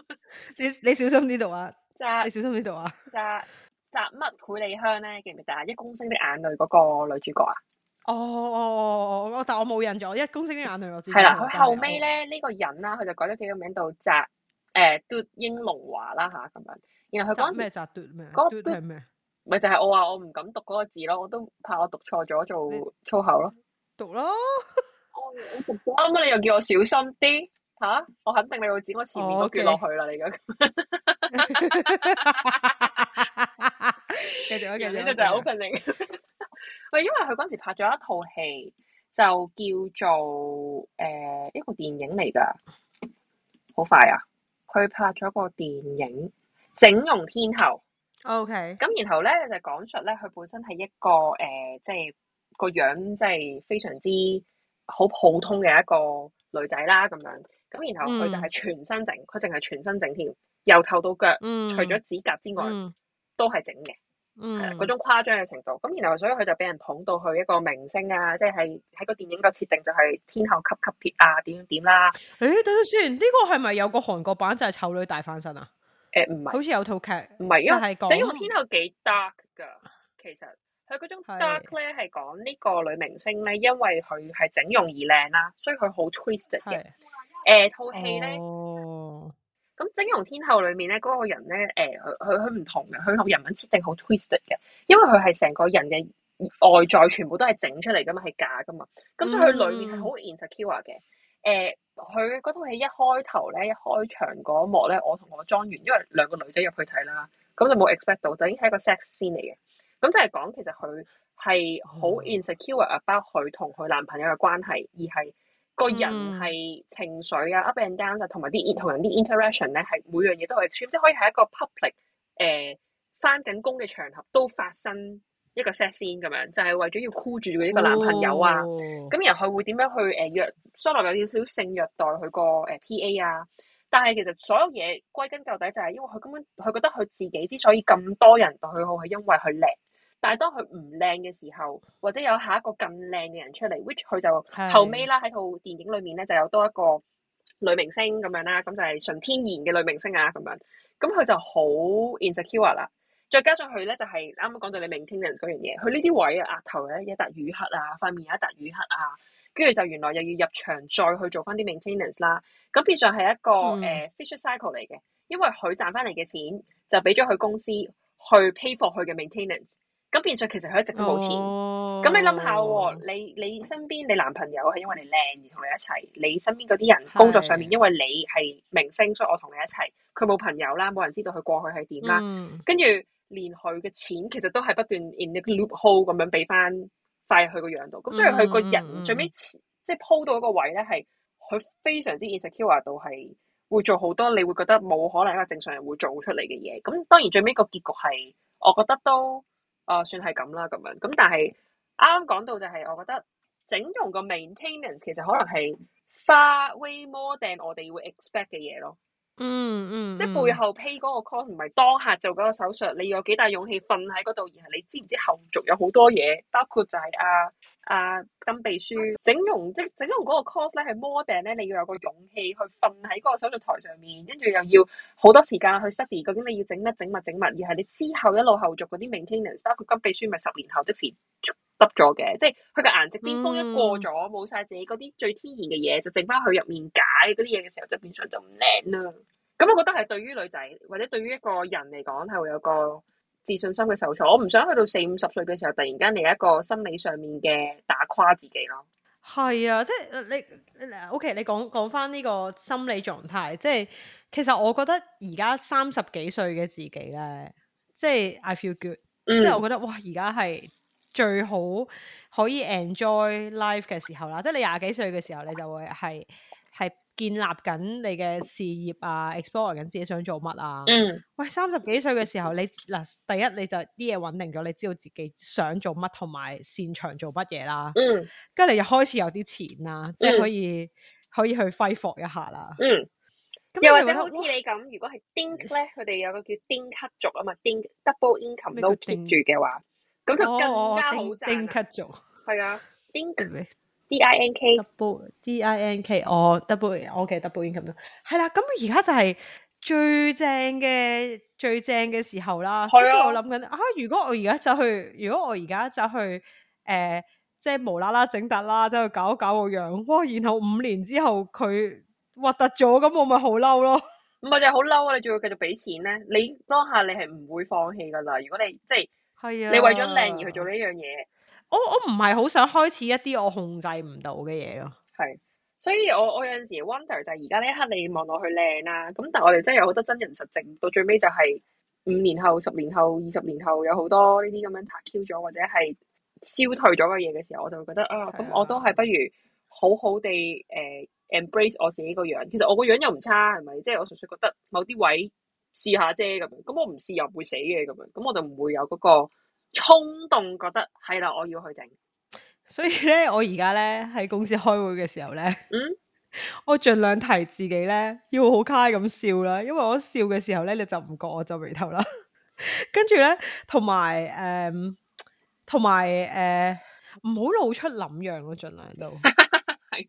S1: 你你小心呢度啊！ 你小
S2: 澤
S1: 心呢度啊！
S2: 澤澤乜繪里香咧？記唔記得啊？一公升的眼淚嗰個女主角啊？
S1: 哦哦哦，我但我冇印象，我一公升啲眼淚我知道。
S2: 係啦，佢後
S1: 但係
S2: 尾
S1: 我
S2: 咧呢個人啦，佢就改咗自己個名到澤誒嘟英龍華啦吓咁樣。然後佢嗰
S1: 摘
S2: 陣
S1: 咩
S2: 時
S1: 摘奪咩？
S2: 嗰
S1: 奪
S2: 個
S1: 係咩？
S2: 咪就係我話我唔敢讀嗰個字咯，我都怕我讀錯咗做粗口咯。
S1: 讀咯。哦
S2: 我我讀咗，啱啱啊你又叫我小心啲吓、我肯定你會剪我前面
S1: 哦
S2: 嗰
S1: ，OK
S2: 橛落去啦，你而家。
S1: 繼續啊，繼續
S2: 呢
S1: 啊。
S2: 個就
S1: 繼續
S2: 係
S1: 啊
S2: opening。喂， 因為佢嗰陣時拍咗一套戲，就叫做誒一個電影嚟㗎，好快啊！佢拍咗個電影《整容天后》。
S1: O K，
S2: 咁然後咧就講述咧，佢本身係一個誒、呃即係個樣即係非常之好普通嘅一個女仔啦，咁樣。咁然後佢
S1: 嗯
S2: 就係全身整，佢淨係全身整添，由頭到腳，
S1: 嗯，
S2: 除咗指甲之外，
S1: 嗯
S2: 都係整嘅，係啦
S1: 嗯
S2: 嗰種誇張嘅程度。咁然後所以佢就俾人捧到去一個明星啊，即係喺個電影個設定就係天后級級別啊，點點點啦。
S1: 誒，等陣先，呢個係咪有個韓國版就係醜女大翻身啊？
S2: 誒唔係。
S1: 好似有套劇，
S2: 唔係，因
S1: 就係
S2: 為
S1: 講
S2: 整容天后幾 dark 㗎，其實佢嗰種
S1: 係
S2: dark 咧係講呢個女明星咧，因為佢係整容而靚啦，所以佢好 twisted 嘅。
S1: 係
S2: 誒套戲咧，
S1: 哦，
S2: 咁整容天后裏面咧嗰個人咧，誒佢佢佢唔同嘅，佢個人物設定好 twisted 嘅，因為佢係成個人嘅外在全部都係整出嚟㗎嘛，係假㗎嘛，咁所以佢裏面係好 insecure 嘅。誒佢嗰套戲一開頭咧，一開場嗰一幕咧，我同我莊園，因為兩個女仔入去睇啦，咁就冇 expect 到，就已經係一個 sex scene 嚟嘅。咁就係講其實佢係好
S1: 嗯
S2: insecure about 佢同佢男朋友嘅關係，而係個人
S1: 嗯
S2: 係情緒啊、up and down 啊，同埋啲同人啲 interaction 咧，係每樣嘢都好 extreme，即係可以喺一個 public 誒翻緊工嘅場合都發生一個 sex scene 咁樣，就係、為咗要箍住佢呢個男朋友啊。
S1: 哦，
S2: 咁然後佢會點樣去誒、呃、虐，相當有少少性虐待佢個誒 P.A. 啊。但係其實所有嘢歸根究底就係因為佢根本佢覺得佢自己之所以咁多人對佢好係因為佢靚，但係當佢唔靚嘅時候，或者有下一個更靚嘅人出嚟，which 佢就
S1: 係
S2: 後尾啦喺套電影裏面咧就有多一個女明星咁樣啦，咁就係純天然嘅女明星啊咁樣，咁佢就好 insecure 啦。再加上佢咧就係啱啱講到你 maintenance 嗰樣嘢，佢呢啲位啊額頭咧有一笪乳黑啊，塊面有一笪乳黑啊，跟住就原來又要入場再去做翻啲 maintenance 啦，咁變相係一個誒、
S1: 嗯
S2: fisher cycle 嚟嘅，因為佢賺翻嚟嘅錢就俾咗佢公司去 pay for 佢嘅 maintenance，咁變相其實佢一直都冇錢。
S1: 哦
S2: 咁
S1: 咁
S2: 你諗下
S1: 哦
S2: 喎，你你身邊你男朋友係因為你靚而同你一齊，你身邊嗰啲人工作上面
S1: 係
S2: 因為你係明星，所以我同你一齊，佢冇朋友啦，冇人知道佢過去係點啦，
S1: 嗯
S2: 跟住連佢嘅錢其實都係不斷 in the loop hole 咁樣俾翻快去佢個樣度，咁所以佢個
S1: 嗯嗯
S2: 人
S1: 嗯
S2: 最尾即係鋪到一個位咧，係佢非常之 insecure 到係會做好多你會覺得冇可能一個正常人會做出嚟嘅嘢。咁當然最尾個結局係我覺得都啊、呃算係咁啦咁樣。咁但係啱啱講到就係我覺得整容個 maintenance 其實可能係 far way more than 我哋會 expect 嘅嘢咯。
S1: 嗯嗯，
S2: 即係背後 pay 嗰個 cost 唔係當下做嗰個手術，你要有幾大勇氣瞓喺嗰度，然後你知唔知後續有好多嘢，包括就係啊啊金秘書整容，即係整容嗰個 cost 咧係 more than 咧，你要有個勇氣去瞓喺嗰個手術台上面，跟住又要好多時間去 study 究竟你要整乜整乜整乜，而係你之後一路後續嗰啲 maintenance，包括金秘書咪十年後即時得咗嘅，即係佢個顏值巔峰一過咗，冇晒自己嗰啲最天然嘅嘢，就剩翻佢入面解嗰啲嘢嘅時候，就變相就唔靚啦。咁我覺得係對於女仔或者對於一個人嚟講係會有個自信心嘅受挫。我唔想去到四五十歲嘅時候，突然間嚟一個心理上面嘅打垮自己咯。
S1: 係啊，即係你你 OK，你講講翻呢個心理狀態，即係其實我覺得而家三十幾歲嘅自己咧，即係 I feel good，、即
S2: 嗯
S1: 係我覺得哇，而家係最好可以 enjoy life 嘅時候啦。即係你廿幾歲嘅時候，你就會係係建立緊你嘅事業啊，explore 緊自己想做乜啊。
S2: 嗯
S1: 喂，三十幾歲嘅時候，你嗱第一你就啲嘢穩定咗，你知道自己想做乜同埋擅長做乜嘢啦。
S2: 嗯
S1: 跟住你又開始有啲錢啦，即係
S2: 嗯
S1: 可以可以去揮霍一下啦。
S2: 嗯，
S1: 咁
S2: 又
S1: 我嗯
S2: 或
S1: 就
S2: 者
S1: 覺得
S2: 好似你咁，如果係 dink 咧，佢哋有個叫 dink 族啊嘛，dink double income
S1: 咩
S2: 都
S1: 叫
S2: keep
S1: dink？
S2: 住嘅話，咁就
S1: 哇
S2: 更
S1: 哦
S2: 加好
S1: 哦
S2: 賺
S1: 丁
S2: 啦。
S1: 咳做
S2: 係啊，dink
S1: 係咪
S2: D I N K，
S1: double D I N K 哦 double OK double income 係啦，咁而家就係最正嘅最正嘅時候啦。
S2: 係
S1: 跟住
S2: 啊
S1: 我諗緊啊，如果我而家就去，如果我而家就去誒、呃即係無啦啦整笪啦，走去搞一搞個樣，哇！然後五年之後佢核突咗，咁我咪好嬲咯。
S2: 唔係就係好嬲啊！你仲要繼續俾錢咧，你當下你係唔會放棄噶啦。如果你即係
S1: 係啊，
S2: 你為咗靚而去做呢樣嘢，
S1: 我我唔係好想開始一啲我控制唔到嘅嘢咯。
S2: 係，所以我我有陣時 wonder 就係而家呢一刻你望落去靚啦，咁但係我哋真係有好多真人實證，到最尾就係五年後、十年後、二十年後有好多呢啲咁樣塌 Q 咗或者係消退咗嘅嘢嘅時候，我就會覺得啊，
S1: 係啊
S2: 咁我都係不如好好地誒、呃 embrace 我自己個樣。其實我個樣又唔差，係咪？即係我純粹覺得某啲位試下啫咁樣，咁我唔試又唔會死嘅咁樣，咁我就唔會有嗰個衝動覺得係啦，我要去整。
S1: 所以咧，我而家咧喺公司開會嘅時候咧，
S2: 嗯，
S1: 我盡量提自己咧要好卡咁笑啦，因為我笑嘅時候咧，你就唔覺我皺眉頭啦。 跟住咧，同埋誒，嗯同埋誒，唔好露出諗樣咯，盡量都。
S2: 係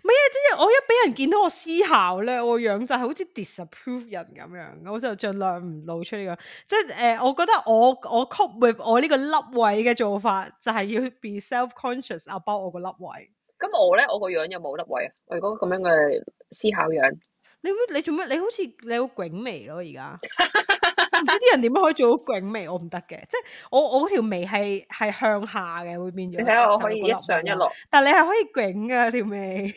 S1: 唔係啊！即係我一俾人見到我思考咧，我個樣就係好似 disapprove 人咁樣，我就盡量唔露出呢、個。即係誒、呃我覺得我我 cope with 我呢個凹位嘅做法，就係要 be self conscious about 我個凹位。
S2: 咁我咧，我個樣有冇得位啊？我如果咁樣嘅思考樣，
S1: 你咩你做咩？你好似你好囧眉咯，而 家唔知啲人點樣可以做到囧眉，我唔得嘅。即係我我條眉係係向下嘅，會變咗。
S2: 你睇下我
S1: 就
S2: 可
S1: 有
S2: 以
S1: 個
S2: 一
S1: 凹
S2: 上
S1: 位
S2: 一
S1: 啦，
S2: 落。
S1: 但你係可以囧嘅條眉。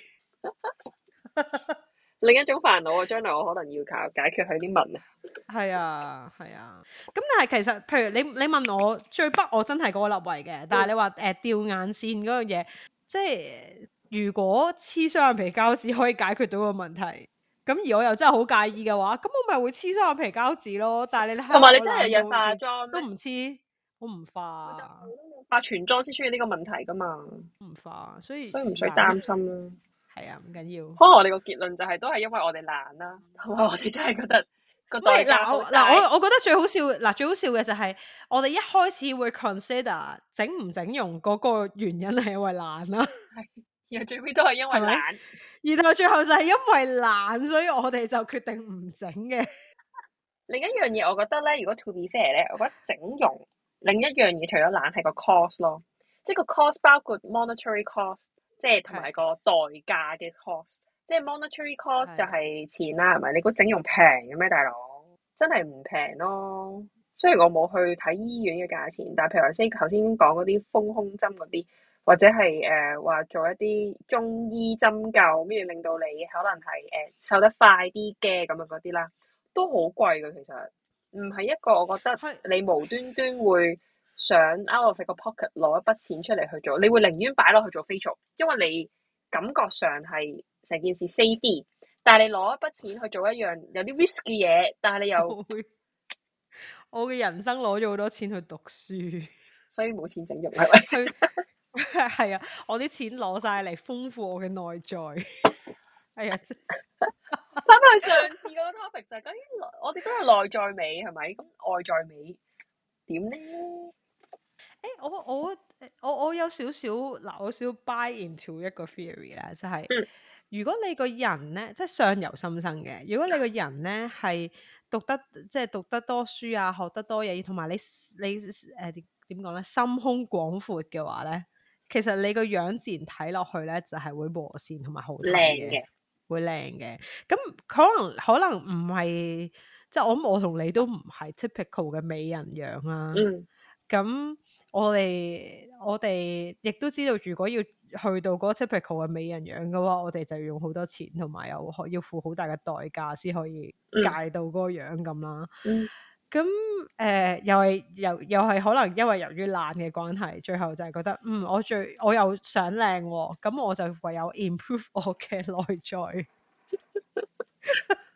S2: 另一種煩惱啊，將來我可能要靠解決佢啲紋啊。
S1: 係啊，係啊。咁但係其實，譬如你你問我最北，我真係嗰個立位
S2: 嗯
S1: 嘅。但係你話誒、呃吊眼線嗰樣嘢，即係如果黐雙眼皮膠紙可以解決到個問題，咁而我又真係好介意嘅話，咁我咪會黐雙眼皮膠紙咯。但係你睇下
S2: 同埋你
S1: 我
S2: 真係日
S1: 懶
S2: 日
S1: 到
S2: 化
S1: 啲
S2: 妝
S1: 都唔
S2: 咩，
S1: 啊黐，我唔化，
S2: 化全妝先出現呢個問題㗎嘛，
S1: 唔化，所以
S2: 所以唔使
S1: 是但啦
S2: 擔心啦。
S1: 係啊，唔緊要。
S2: 可能我哋個結論就係都係因為我哋懶啦，同埋我哋真係覺得個代
S1: 喂，
S2: 價
S1: 嗱
S2: 好
S1: 我嗱
S2: 大。
S1: 我我覺得最好笑嗱最好笑嘅就係我哋一開始會 consider 整唔整容嗰個原因係因為懶啦，
S2: 然後最尾都係因為
S1: 係咪
S2: 懶，
S1: 然後最後就係因為懶，所以我哋就決定唔整嘅。
S2: 另一樣嘢，我覺得咧，如果 to be fair 咧，我覺得整容另一樣嘢，除咗懶係個 cost 咯，即係個 cost 包括 monetary cost，即係同埋
S1: 係
S2: 個代價嘅 cost，即係 monetary cost
S1: 係
S2: 就係錢啦，係咪？你估整容平嘅咩，大佬？真係唔平咯。雖然我冇去睇醫院嘅價錢，但係譬如頭先頭先講嗰啲豐胸針嗰啲，或者係誒話做一啲中醫針灸，跟住令到你可能係誒、呃瘦得快啲嘅咁樣嗰啲啦，都好貴嘅其實，唔係一個我覺得
S1: 係
S2: 你無端端會想 out of 你個 pocket 攞一筆錢出嚟去做，你會寧願擺落去做 facial，因為你感覺上係成件事 safe 啲，但係你攞一筆錢去做一樣有啲 risk 嘅嘢，但係你 又
S1: 我會我嘅人生攞咗好多錢去讀書，
S2: 所以冇錢整容係咪？
S1: 去 係啊，我啲錢攞晒嚟豐富我嘅內在。 係啊，即
S2: 翻返去上次嗰個 topic 就係究竟內我哋都係內在美係咪？咁外在美點咧？
S1: 誒、我我我我有少少嗱，我少少 buy into 一個 theory 啦，就係、
S2: 嗯
S1: 如果你個人咧，即係相由心生嘅。如果你個人咧係讀得即係讀得多書啊，學得多嘢，同埋你 s- 你 s- 誒點點講咧，心胸廣闊嘅話咧，其實你個樣自然睇落去咧就係、會和善同埋好啊睇嘅。
S2: 靚嘅，
S1: 會靚嘅。咁可能可能唔係，即係我諗我同你都唔係 typical 嘅美人啊樣啦、
S2: 嗯
S1: 咁、我哋我哋亦都知道，如果要去到嗰個 typical 嘅美人樣嘅話，我哋就要用好多錢，同埋有可要付好大嘅代價先可以
S2: 嗯
S1: 戒到嗰個樣咁啦。
S2: 嗯
S1: 咁誒、呃又係又又係可能因為由於懶嘅關係，最後就係覺得嗯，我最我又想靚喎，咁我就唯有 improve 我嘅內在，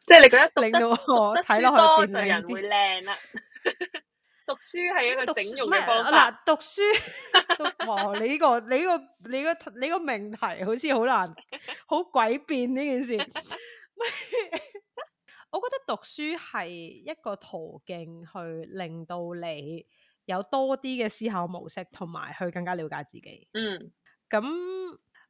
S2: 即係你覺得讀
S1: 令
S2: 得
S1: 到我
S2: 讀得
S1: 睇
S2: 書多
S1: 落去
S2: 就
S1: 變靚
S2: 人
S1: 啲
S2: 會。靚啦。 讀書係一個
S1: 讀
S2: 整
S1: 書
S2: 容
S1: 唔
S2: 嘅
S1: 係
S2: 方法。
S1: 嗱，讀書 讀哇！你呢、個你呢、個你呢個你個命題好似好難，好詭辯呢件事。 我覺得讀書係一個途徑，去令到你有多啲嘅思考模式，同埋去更加了解自己。
S2: 嗯，
S1: 咁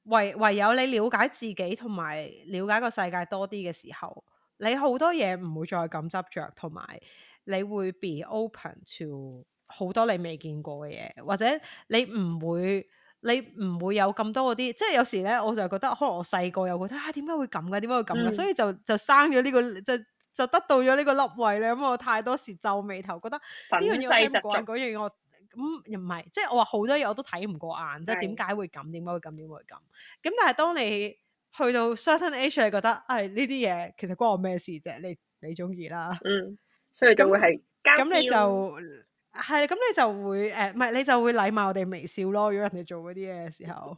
S1: 唯唯有你了解自己同埋了解個世界多啲嘅時候，你好多嘢唔會再咁執着，同埋你會 be open to 好多你未見過嘅嘢，或者你唔會。你唔會有咁多嗰啲，即係有時咧，我就覺得可能我細個又覺得啊，點解會咁嘅？點解會咁嘅？
S2: 嗯
S1: 所以就就生咗呢、個就就得到咗呢個粒位咧。咁我太多時皺眉頭，覺得
S2: 粉
S1: 呢樣嘢
S2: 細
S1: 我睇
S2: 疾
S1: 唔過啊眼，
S2: 俗。
S1: 嗰樣嘢我咁又唔係，即係我話好多嘢我都睇唔過眼，即係
S2: 係
S1: 點解會咁？點解會咁？點解會咁？咁但係當你去到 certain age，你覺得唉呢啲嘢其實關我咩事啫？你你中意啦，
S2: 嗯，所以就會係交
S1: 咁你
S2: 燒
S1: 就係咁你就會誒，唔、係你就會禮貌地微笑咯。如果人哋做嗰啲嘢嘅時候。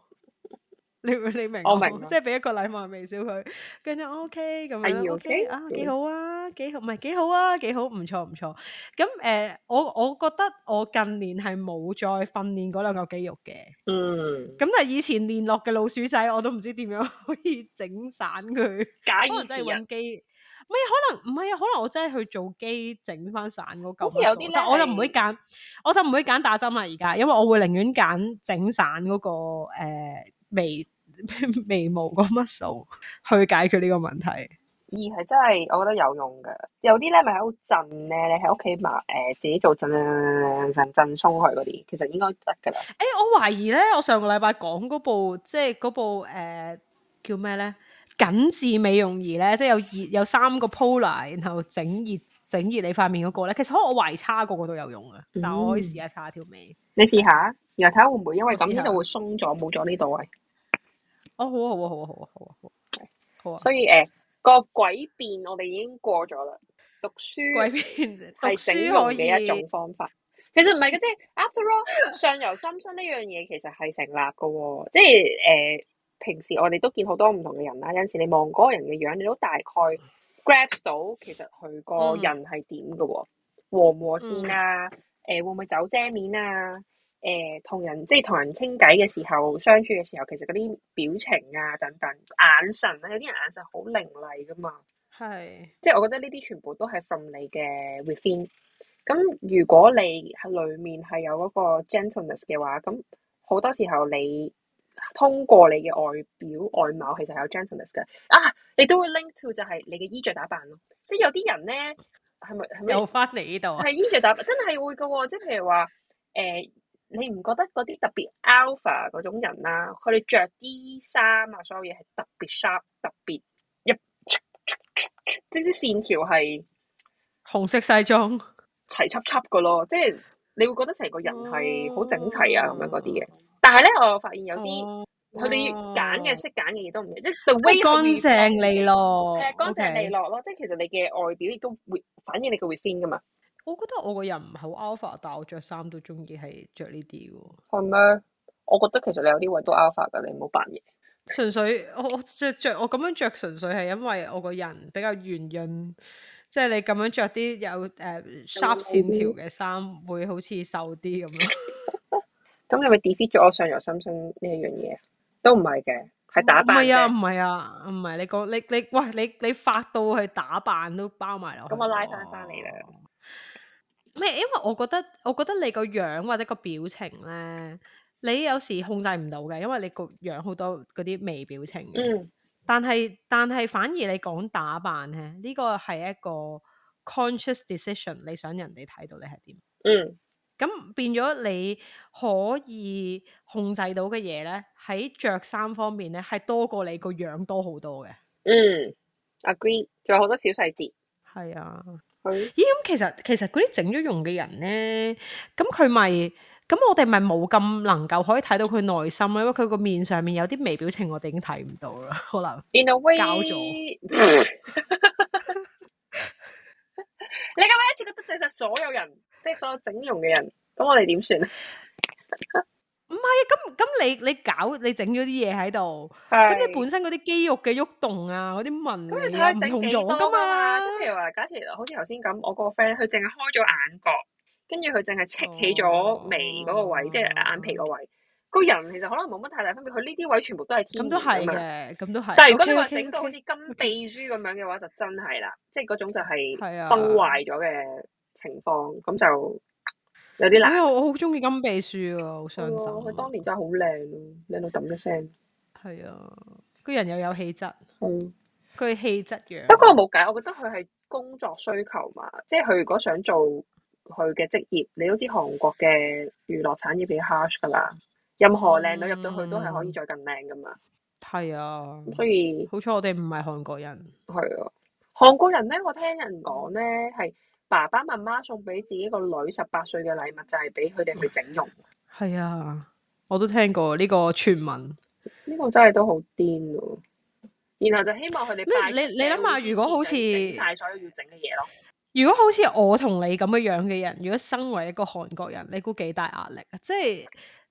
S1: 你你明
S2: 我
S1: 我
S2: 明啊
S1: 即係俾一個禮貌微笑佢，跟住 O K 咁
S2: 係
S1: 樣 O K
S2: OK，
S1: 啊，
S2: 嗯
S1: 幾好啊，幾好唔係幾好啊，幾好唔錯唔錯。咁誒、呃我我覺得我近年係冇再訓練嗰兩嚿肌肉嘅。
S2: 嗯，
S1: 咁但係以前練落嘅老鼠仔，我都唔知點樣 可以整散佢，
S2: 假
S1: 可能
S2: 以
S1: 真係
S2: 時日。
S1: 揾機。唔係，可能唔係啊，可能我真係去做機整翻散嗰嚿
S2: 好似有
S1: muscle，
S2: 啲呢
S1: 但我就唔會
S2: 係
S1: 揀，我就唔會揀打針啦而家，因為我會寧願揀整散嗰、個、呃、眉 眉毛個 muscle 去解決呢個問題。
S2: 二係真係，我覺得有用嘅。有啲咧咪喺度震咧，你喺屋企買誒自己做震震震鬆佢嗰啲，其實應該得㗎啦。
S1: 誒、我懷疑咧，我上個禮拜講嗰部即係嗰部誒、呃叫咩咧？緊緻美容儀咧，即係有熱有三個 polar，然後整熱整熱你塊面嗰個咧，其實可能我懷疑叉過嗰度有用啊，但我可以
S2: 嗯
S1: 試下叉條尾。
S2: 你試下，然後睇下會唔會因為
S1: 我
S2: 咁
S1: 試
S2: 呢
S1: 下
S2: 度會鬆咗，冇咗呢度位。
S1: 哦，好啊，好啊，好啊，好啊，好啊，好啊，好啊。
S2: 所以誒、個詭辯我哋已經過咗啦。讀
S1: 鬼
S2: 書
S1: 片讀
S2: 係整
S1: 書
S2: 容
S1: 可
S2: 嘅一種
S1: 以，
S2: 方法。其實唔係嘅，即係 after all，上游心生呢樣嘢其實係成立嘅喎、即係誒、平時我哋都見好多唔同嘅人啦。有陣時你望嗰個人嘅樣，你都大概 grab 到其實佢個
S1: 嗯
S2: 人係點嘅喎，和唔和善啊？誒、會唔會走遮面啊？誒、同人即係同人傾偈嘅時候，相處嘅時候，其實嗰啲表情啊等等眼神啊，有啲人眼神好凌厲噶嘛。
S1: 係
S2: 即係我覺得呢啲全部都係 from 你嘅 within。咁如果你喺裡面係有嗰個 gentleness 嘅話，咁好多時候你通過你嘅外表外貌其實係有 gentleness 嘅。啊，你都會 link to 就係你嘅衣着打扮咯。即係有啲人咧係咪係咪
S1: 又翻嚟呢度啊
S2: 係！衣着打扮真係會噶喎、即係譬如話誒、呃你唔覺得嗰啲特別 alpha 嗰種人啦、佢哋着啲衫啊，所有嘢係特別 sharp，特別一即係啲線條係
S1: 紅色西裝
S2: 齊輯輯噶咯，即係你會覺得成個人係好整齊啊咁樣嗰啲嘅
S1: 哦。
S2: 但係咧，我又發現有啲
S1: 哦
S2: 佢哋揀嘅識揀嘅嘢都唔一樣，即係 the
S1: 即
S2: way
S1: 係乾
S2: reflect
S1: 淨利
S2: 你
S1: 落
S2: 係啊，乾淨利
S1: OK
S2: 落咯。即係其實你嘅外表亦都會反映你嘅 within 噶嘛，
S1: 我覺得我個人唔係好 alpha，但我着衫都中意係着呢啲喎。
S2: 係咩？我覺得其實你有啲位都 alpha 噶，你唔好扮嘢。
S1: 純粹我我着着我咁樣着，純粹係因為我個人比較圓潤，即係你咁樣着啲有誒、呃 sharp 線條嘅衫，會好似瘦啲咁咯。
S2: 咁你咪 defeat 咗我上游心生呢一樣嘢啊？都唔係嘅，係打
S1: 唔
S2: 扮
S1: 係啊，
S2: 啫
S1: 唔。係啊，唔係你講你你喂你你發到去打扮都包埋落去。
S2: 咁我拉返返嚟啦。
S1: 咩？因為我覺得我覺得你個樣或者個表情咧，你有時控制唔到嘅，因為你個樣好多嗰啲微表情嘅。
S2: 嗯，
S1: 但係但係反而你講打扮咧，呢個係一個 conscious decision，你想人哋睇到你係點，
S2: 嗯，
S1: 咁變咗你可以控制到嘅嘢咧，喺着衫方面咧係多過你個樣多好多嘅。
S2: 嗯，agree，仲有好多小細節。
S1: 係啊，
S2: 佢
S1: 咦咁其實其實嗰啲整咗容嘅人咧，咁佢咪咁我哋咪冇咁能夠可以睇到佢內心咯，因為佢個面上面有啲微表情，我哋已經睇唔到啦，可能
S2: in a way，
S1: 教
S2: 誒
S1: 咗
S2: 你咁樣一次過得罪晒所有人，即係所有整容嘅人，咁我哋點算啊？
S1: 咁咁你你搞你整咗啲嘢喺度，咁你
S2: 係
S1: 本身嗰啲肌肉嘅喐動啊，嗰啲紋
S2: 咁你
S1: 理
S2: 睇
S1: 啊
S2: 下
S1: 唔
S2: 整
S1: 同
S2: 幾
S1: 咗
S2: 多
S1: 噶
S2: 㗎
S1: 嘛
S2: 嘛？即？係譬如話，假設好似頭先咁，我個 friend 佢淨係開咗眼角，跟住佢淨係戚起
S1: 哦
S2: 咗眉嗰個位，即係眼皮個位。個人其實可能冇乜太大分別，佢呢啲位全部都係天
S1: 咁
S2: 然
S1: 都係
S2: 㗎嘛。
S1: 嘅，咁都係。
S2: 但係如果你話
S1: OK，OK，
S2: 整到好
S1: OK
S2: 似金鼻珠咁樣嘅話，就真係啦，即係嗰種就係
S1: 係啊，
S2: 崩壞咗嘅情況，咁就有啲難。
S1: 哎呀，我好中意金秘書啊，好傷
S2: 係喎佢
S1: 心啊
S2: 當。年真係好靚咯，靚到揼一聲。
S1: 係啊，個人又有氣質，
S2: 嗯
S1: 佢氣質樣。
S2: 不過冇計，我覺得佢係工作需求嘛，即係佢如果想做佢嘅職業，你都知韓國嘅娛樂產業幾 harsh 噶啦，任何靚女入到去都係可以
S1: 嗯
S2: 再更靚噶嘛，
S1: 係啊，
S2: 咁所以
S1: 好彩我哋唔係韓國人。
S2: 係啊。韓國人咧，我聽人講咧係爸爸媽媽送俾自己個女十八歲嘅禮物就係俾佢哋去整容，
S1: 係啊，我都聽過呢個傳聞。
S2: 呢、個真係都好癲喎。然後就希望佢哋
S1: 咩
S2: 拜
S1: 你你諗下
S2: 社會
S1: 如果好似
S2: 之前就整晒所有要整嘅嘢咯，
S1: 如果好似我同你咁嘅樣嘅人，如果身為一個韓國人，你估幾大壓力啊？即係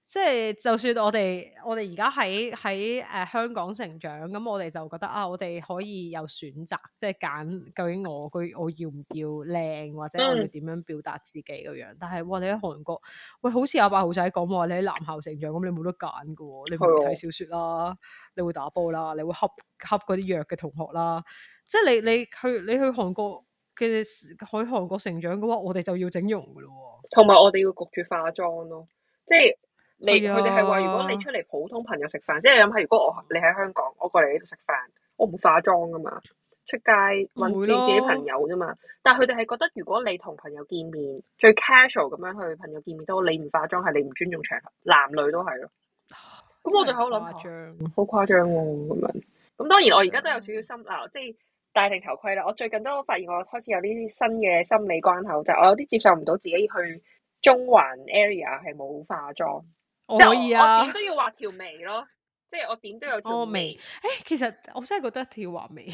S1: 即係，就算我哋我哋而家喺喺誒香港成長，咁我哋就覺得啊，我哋可以有選擇，即係揀究竟我佢我要唔要靚，或者我要
S2: 嗯
S1: 點樣表達自己咁樣。但係哇，你喺韓國，喂，好似阿伯豪仔講話，你喺男校成長，咁你冇得揀嘅喎，你唔會
S2: 係
S1: 睇
S2: 喎
S1: 小説啦，你會打波啦，你會恰恰嗰啲弱嘅同學啦。即係你你去你去韓國嘅時喺韓國成長嘅話，我哋就要整容噶咯
S2: 同埋我哋要焗住化妝咯，即係你
S1: 係啊嗯
S2: 佢哋係話，如果你出嚟普通朋友食飯，即係你諗下，如果我你喺香港，我過嚟呢度食飯，我唔會化妝噶嘛，出街
S1: 喎，唔
S2: 揾
S1: 會
S2: 見自己
S1: 咯，
S2: 朋友啫嘛。但係佢哋係覺得，如果你同朋友見面最 casual 咁樣去朋友見面都好，你唔化妝係你唔尊重場合，男女都係咯。咁
S1: 啊真
S2: 我就
S1: 係
S2: 喺度諗
S1: 誇
S2: 下，
S1: 張
S2: 好誇張喎咁樣。咁當然我而家都有少
S1: 係啊
S2: 少心啊，即係戴定頭盔啦。我最近都發現我開始有呢啲新嘅心理關口，就係我有啲接受唔到自己去中環 area 係冇化妝，
S1: 我
S2: 即係
S1: 可
S2: 我
S1: 以
S2: 我
S1: 啊
S2: 點，都要畫條眉咯，即係我點都有條
S1: 我
S2: 眉
S1: 眉，誒，其實我真係覺得跳畫眉，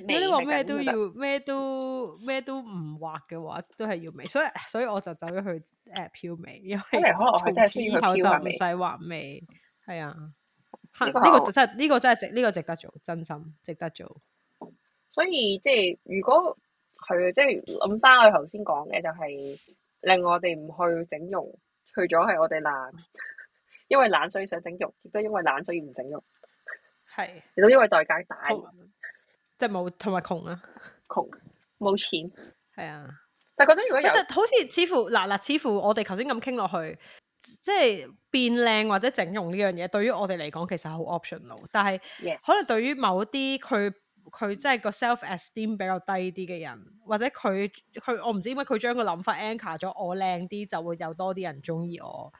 S1: 如
S2: 眉
S1: 果你話
S2: 係
S1: 咩
S2: 緊
S1: 都
S2: 要
S1: 要
S2: 得。
S1: 咩都咩都唔畫嘅話，都係要眉，所以所以我就走咗去誒漂眉，因
S2: 睇
S1: 為
S2: 嚟可能我係
S1: 從
S2: 真係
S1: 此
S2: 需
S1: 以
S2: 要去
S1: 後就
S2: 漂下
S1: 唔
S2: 眉，
S1: 使畫眉，係啊，嚇
S2: 呢個
S1: 呢
S2: 係
S1: 個
S2: 我
S1: 真係呢個真係值呢個值得做，真心值得做，
S2: 所以即係如果係即係諗翻我頭先講嘅，就係令我哋唔去整容，除咗係我哋懶，因為懶所以想整容，亦都因為懶所以唔整容，
S1: 係
S2: 亦都因為代價大
S1: 同即係冇同埋窮啊，
S2: 窮冇錢。
S1: 係啊。
S2: 但覺得如果
S1: 喂
S2: 有
S1: 但好似似乎嗱嗱，似乎我哋頭先咁傾落去，即係變靚或者整容呢樣嘢，對於我哋嚟講其實係好 optional，但係可能
S2: yes，
S1: 對於某啲佢佢真係個 self esteem 比較低啲嘅人，或者佢佢我唔知點解佢將個諗法 anchor 咗，我靚啲就會有多啲人中意我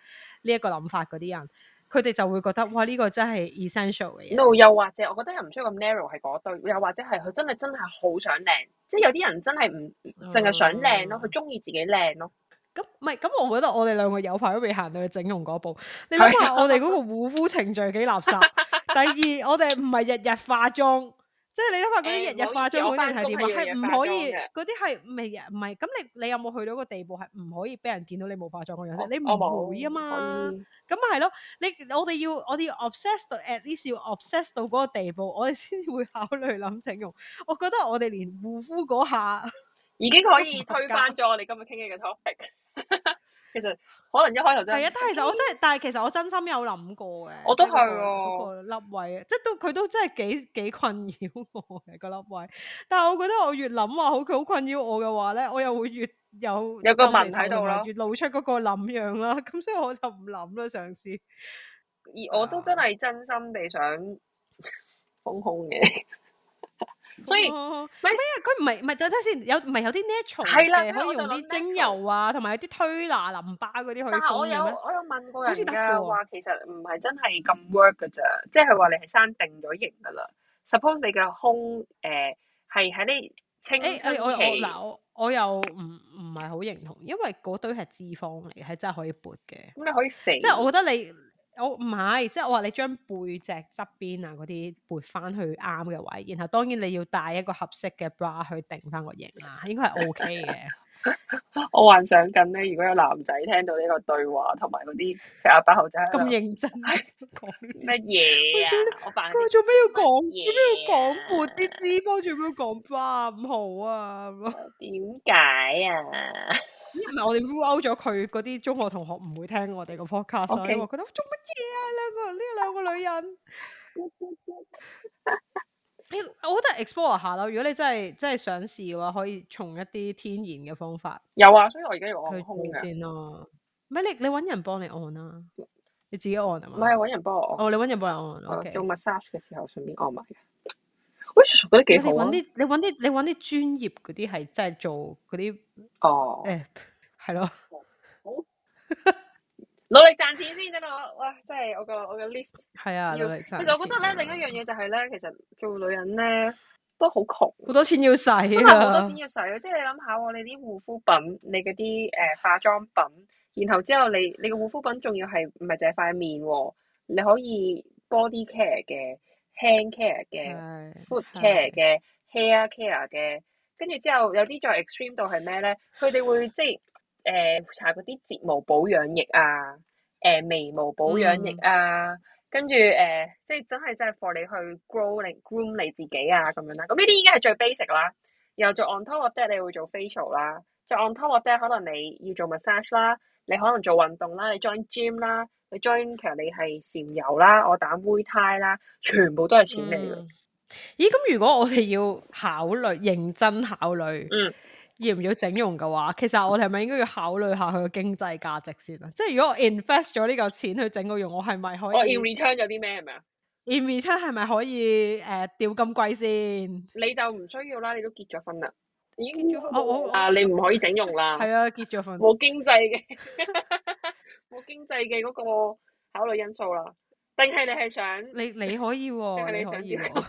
S1: 呢一個諗法嗰啲人，佢哋就會覺得哇呢、個真係 essential 嘅嘢。
S2: no，又或者我覺得又唔需要咁 narrow 係嗰堆，又或者係佢真係真係好想靚，即係有啲人真係唔淨係想靚咯，佢
S1: 嗯
S2: 中意自己靚咯，
S1: 咁唔係，咁我覺得我哋兩個有排都未行到去整容嗰 步。你
S2: 係
S1: 諗下，我哋嗰個護膚程序幾垃圾。第 二，我哋唔係日日化妝，即係你諗下嗰
S2: 誒
S1: 啲日日
S2: 唔好
S1: 化
S2: 意思
S1: 妝
S2: 我
S1: 嗰啲人
S2: 返
S1: 係
S2: 工
S1: 點
S2: 係日日
S1: 啊？係唔
S2: 化
S1: 可
S2: 妝
S1: 以
S2: 嘅
S1: 嗰啲係唔係唔係？咁你你有冇去到個地步係唔可以俾人見到你冇化妝個樣啫？
S2: 我
S1: 你
S2: 我
S1: 唔會啊
S2: 冇可
S1: 嘛。
S2: 以
S1: 咁咪係咯，你我哋要我哋要 obsess 到 at least 要 obsess 到嗰個地步，我哋先至會考慮諗整容。我覺得我哋連護膚嗰下
S2: 已經可
S1: 都唔
S2: 以
S1: 合
S2: 推
S1: 格。
S2: 翻咗我哋今日傾嘅嘅 topic。其實可能一開頭真
S1: 係
S2: 係
S1: 啊，但係其實我真係，但係其實我真心有諗過嘅，
S2: 我
S1: 即
S2: 都
S1: 係嗰、
S2: 係
S1: 個嗰、
S2: 喎，
S1: 個粒位，即係都佢都真係幾幾困擾我嘅個粒位。但係我覺得我越諗話好佢好困擾我嘅話咧，我又會越有
S2: 有個
S1: 皺
S2: 文
S1: 眉
S2: 喺
S1: 頭同
S2: 度
S1: 埋
S2: 咯。
S1: 越露出嗰個諗樣啦。 咁所以我就唔諗啦，上次
S2: 而
S1: 係
S2: 我都真
S1: 啊，
S2: 係真心地想封控嘅， 所以
S1: 哦，
S2: 咪
S1: 咩啊？佢唔係唔係等陣先，有唔係有啲 natural
S2: 係啦，
S1: 嘅
S2: 所以
S1: 可以
S2: 我就
S1: 用
S2: 諗
S1: 啲精
S2: natural。
S1: 油啊，同埋有啲推拿淋巴嗰啲
S2: 但
S1: 去
S2: 係我
S1: 封
S2: 有
S1: 嘅咩？
S2: 我有問過
S1: 好似
S2: 人
S1: 得嘅
S2: 㗎，
S1: 喎，
S2: 話其實唔係真係咁 work 㗎咋，即係話你係生定咗型㗎啦。Suppose 你嘅胸誒係喺你青
S1: 誒誒，我
S2: 春
S1: 我
S2: 期，
S1: 嗱我我又唔唔係好認同，因為嗰堆係脂肪嚟嘅，係真係可以撥嘅。
S2: 咁你可以肥
S1: 即係我覺得你我唔係，即係我話你將背脊側邊啊嗰啲撥翻去啱嘅位，然後當然你要戴一個合適嘅 bra 去定翻個型啦，應該係 OK 嘅。
S2: 我幻想緊咧，如果有男仔聽到呢個對話，同埋嗰啲其阿伯後仔喺度
S1: 咁認 真
S2: 哎
S1: 講呢
S2: 乜嘢啊？我扮
S1: 佢做咩要講？
S2: 乜
S1: 做咩要
S2: 嘢啊
S1: 講撥啲脂肪？做咩要講 bra 唔好啊？咁咯
S2: 點解啊？
S1: 唔係我哋 rule out 咗佢嗰啲中學同學唔會聽我哋個 podcast 啊
S2: OK
S1: 因為我覺得做乜嘢啊？兩個呢兩個女 人。我覺得 explore 下咯，如果你真係真係想試嘅話，可以從一啲天然嘅方法
S2: 有啊，所以我而家要
S1: 去
S2: 按胸
S1: 做
S2: 嘅，
S1: 先咯。唔係你你揾人幫你按啦，你自己按係
S2: 唔
S1: 嘛？
S2: 係揾人幫我按，
S1: 哦，你揾人幫你按
S2: 我
S1: ，OK。
S2: 做 massage 嘅時候順便按埋嘅。which 我覺得
S1: 喂
S2: 幾
S1: 你
S2: 好
S1: 揾
S2: 啊！
S1: 啲你揾啲你揾啲專業嗰啲係真係做嗰啲
S2: 哦，
S1: 誒係咯，
S2: 努力賺錢先，真我哇！真係我個我個 list
S1: 係啊，
S2: 要
S1: 努力賺
S2: 其實我覺得咧，另一樣
S1: 嘢
S2: 嘢就係咧，其實做女人咧都好窮，
S1: 好多錢要使
S2: 真係好
S1: 啊
S2: 多，錢要使啊！即係你諗下喎，你啲護膚品，你嗰啲誒化妝品，然後之後你你個護膚品仲要係唔係淨係塊面喎？你可以 body care 嘅、hand care 嘅、
S1: 係
S2: foot
S1: 係
S2: care 嘅、hair care 嘅，跟住之後有啲再 extreme 到係咩咧？佢哋會即係誒、呃搽嗰啲睫毛保養液啊、誒、眉毛保養
S1: 嗯
S2: 液啊。跟住誒、呃即係真係真係 for 你去 grow 你 groom 你自己啊咁樣啦。咁呢啲已經係最 basic 啦。然後再 on top of that 你會做 facial 啦，再 on top of that 可能你要做 massage 啦，你可能做運動啦，你 join gym 啦，你 join 其實你係禪油啦、我膽灰胎啦，全部都係錢嚟嘅。
S1: 嗯咦，咁如果我哋要考慮認真考慮，
S2: 嗯
S1: 要唔要整容嘅話，其實我哋係咪應該要考慮下佢嘅經濟價值先啊？即係如果我 invest 咗呢嚿錢去整個容，我係咪可
S2: 我 in
S1: 以
S2: return 有啲咩係咪啊？
S1: in return 係咪可以誒掉咁貴先？
S2: 你就唔需要啦，你都結咗婚啦，已經
S1: 結咗婚我我我
S2: 啊，你唔可以整容啦，
S1: 係啊，結咗婚
S2: 冇經濟嘅 冇經濟嘅嗰個考慮因素啦。定係你係想？
S1: 你你可以喎、
S2: 定係
S1: 你
S2: 你
S1: 可
S2: 想
S1: 以
S2: 點
S1: 喎、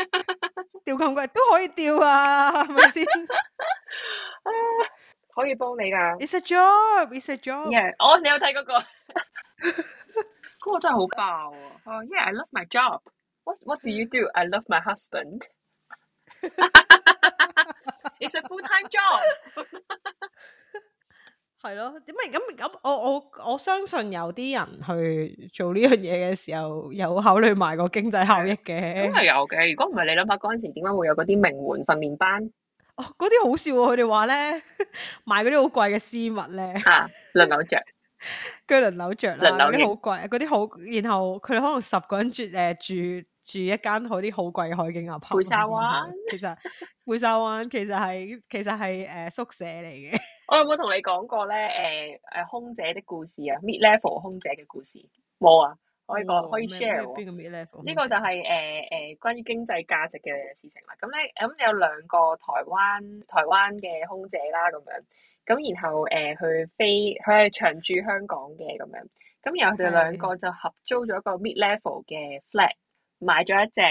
S1: 掉咁貴都可以掉啊，係咪先
S2: 可以幫你㗎。
S1: ？It's a job，it's a job。
S2: Yeah，哦，你有睇嗰個？ 嗰個真係好爆啊！哦，Yeah，I love my job。What What do you do? I love my husband. It's a full-time job。
S1: 係咯，點解咁咁？我我我相信有啲人去做呢樣嘢嘅時候，有考慮埋個經濟效益
S2: 咁
S1: 嘅。
S2: 係有嘅。如果唔係，你諗下嗰陣時點解會有嗰啲名媛訓練班
S1: 哦，嗰啲好笑喎！佢哋話咧，買嗰啲好貴嘅絲襪咧，
S2: 啊？輪流着，
S1: 跟住輪流着啦，嗰
S2: 輪流型
S1: 啲好貴，嗰啲好，然後佢哋可能十個人住誒、住住一間好啲好貴嘅海景鴨
S2: 貝沙灣
S1: 其實貝沙灣其實係其實係誒、呃宿舍嚟嘅。
S2: 我有冇同你講過咧？誒、誒，空姐的故事啊，mid level 空姐嘅故事冇啊？可以講，可以 share 喎。
S1: 哦邊個 mid level？
S2: 呢個就係誒誒關於經濟價值嘅事情啦。咁咧咁有兩個台灣台灣嘅空姐啦，咁樣咁然後誒佢、飛佢係長住香港嘅咁樣，咁然後佢哋兩個就合租咗一個 mid level 嘅 flat，買咗一隻誒、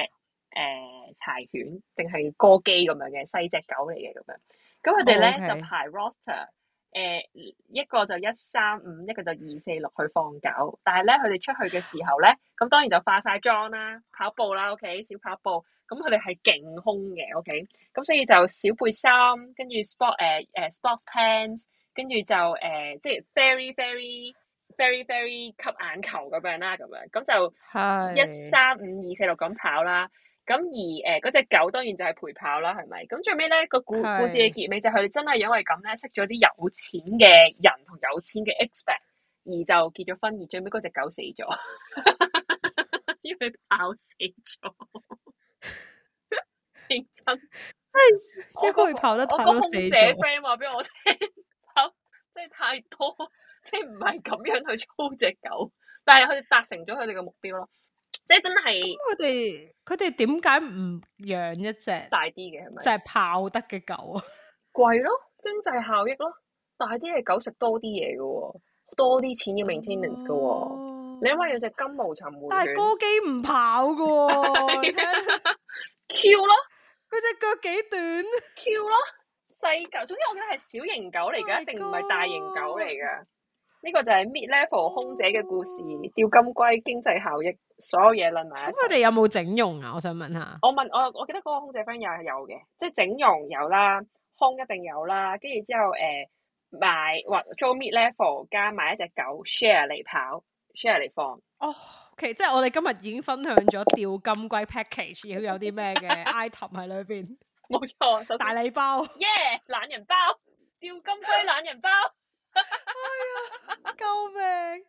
S2: 呃柴犬定係哥基咁樣嘅細只狗嚟嘅咁樣。咁佢哋咧
S1: OK
S2: 就排 roster。誒、一個就一三五，一個就二四六去放狗，但係咧佢哋出去嘅時候咧，咁當然就化晒妝啦、跑步啦，OK，小跑步，咁佢哋係勁空嘅，OK，咁所以就小背心，跟住 sport 誒、誒 sport pants，跟住就誒、即係 very very very very 吸眼球咁樣啦，咁樣咁就。一
S1: 係
S2: 三五二四六咁跑啦。咁而誒呃嗰只狗當然就係陪跑啦，係咪？咁最尾咧個故
S1: 係
S2: 故事嘅結尾就係佢哋真係因為咁咧識咗啲有錢嘅人同有錢嘅 expert，而就結咗婚，而最尾嗰隻狗死咗， 因為咬死咗。 認真，即係
S1: 一個會跑得
S2: 我
S1: 太都
S2: 個空
S1: 死
S2: 姐
S1: 咗。
S2: friend 話俾我聽， 跑即係太多， 即係唔係咁樣去操只狗，但係佢哋達成咗佢哋嘅目標咯，即係真係。
S1: 佢哋佢哋點解唔養一隻
S2: 大啲嘅係咪？
S1: 就係泡得嘅狗啊？
S2: 貴咯，經濟效益咯，大啲嘅狗食多啲嘢嘅喎，多啲錢要 maintenance 嘅喎。
S1: 哦
S2: 你諗下有隻金毛尋回
S1: 但係
S2: 犬
S1: 哥基唔跑嘅喎，你睇下
S2: Q 咯
S1: 佢隻腳 幾短。
S2: Q 咯，細狗，總之我覺得係小型狗嚟
S1: Oh
S2: 嘅，
S1: my
S2: 一定唔係大型狗嚟嘅。呢個就係 mid level 空姐嘅故事，吊金龜經濟效益，所有嘢論埋一
S1: 咁
S2: 齊
S1: 佢哋有冇整容啊？我想問下。
S2: 我問我我記得嗰個空姐 friend 又係有嘅，即係整容有啦，胸一定有啦，跟住之後誒、呃、買或租 mid level 加買一隻狗 share 嚟跑，share 嚟放。
S1: 哦，OK，即係我哋今日已經分享咗吊金龜 package 要有啲咩 嘅 item 喺裏邊，
S2: 冇錯，首
S1: 大
S2: 先
S1: 禮包，救
S2: 耶懶人包，吊金龜懶人包，
S1: 命！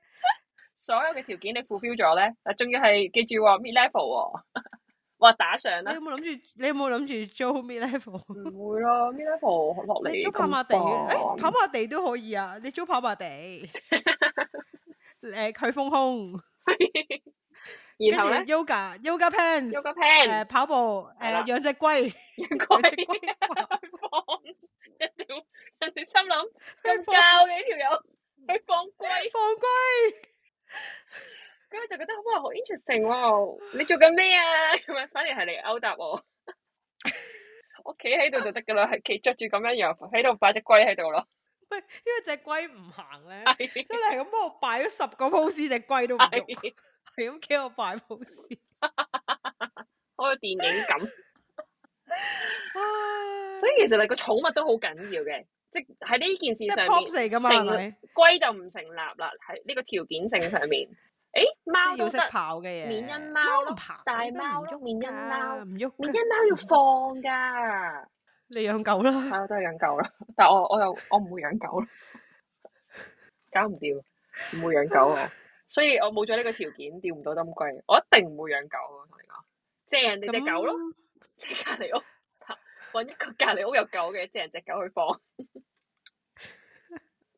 S2: 所有嘅條件你 fulfill 咗咧，啊仲要係記住喎 mid level 喎， 話打上
S1: 你
S2: 啦
S1: 有，冇諗住？你有冇諗住租 mid level？
S2: 唔會咯 mid level 落嚟
S1: 你租
S2: 咁
S1: 跑馬地，誒
S2: 放
S1: 跑馬地都可以啊！你租跑馬 地，誒佢風空，跟
S2: 然
S1: 住
S2: 後咧
S1: yoga yoga
S2: 有
S1: pants，
S2: 個
S1: 誒
S2: pants
S1: 呃跑步，
S2: 係啦
S1: 誒養只 龜，養隻
S2: 貴。
S1: 龜跑
S2: 放人哋 人哋心諗咁
S1: 佢
S2: 教
S1: 放嗯
S2: 嘅呢條友，佢放龜，
S1: 放龜，
S2: 咁我就覺得哇好 interesting 喎！你做緊咩啊？ 咁樣反而係嚟勾搭我， 我企喺度就得噶啦，係企着住咁樣樣喺度擺只龜 喺度咯，
S1: 喂，因為只龜唔行咧，
S2: 係
S1: 哎真係咁我擺咗十個 pose，只龜都唔喐。
S2: 係
S1: 係咁叫我擺 pose。
S2: 好有電影感。所
S1: 以
S2: 以其實你個寵物都好緊要嘅，即喺呢件
S1: 即
S2: 事
S1: 係
S2: 上
S1: props 嚟噶嘛，係
S2: 面，
S1: 咪？
S2: 成龜就唔成立啦，喺呢個條件性上面。誒
S1: 即
S2: 貓
S1: 係
S2: 都
S1: 要
S2: 得
S1: 識，跑嘅嘢，
S2: 緬因貓
S1: 唔
S2: 咯
S1: 跑，
S2: 大
S1: 應該唔
S2: 貓咯
S1: 喐
S2: 緬因
S1: 㗎
S2: 貓
S1: 唔喐㗎。
S2: 緬因貓
S1: 嗯
S2: 要放㗎。
S1: 你養狗啦，
S2: 係我都係養狗啦，但我我又我唔會養狗啦，搞唔掂，唔會養狗我，所以我冇咗呢個條件，釣唔到金龜，我一定唔會養狗啊！我 同你講，借人哋隻狗咯，
S1: 咁啊
S2: 借隔離屋，揾一個隔離屋有狗嘅，借人隻狗去放，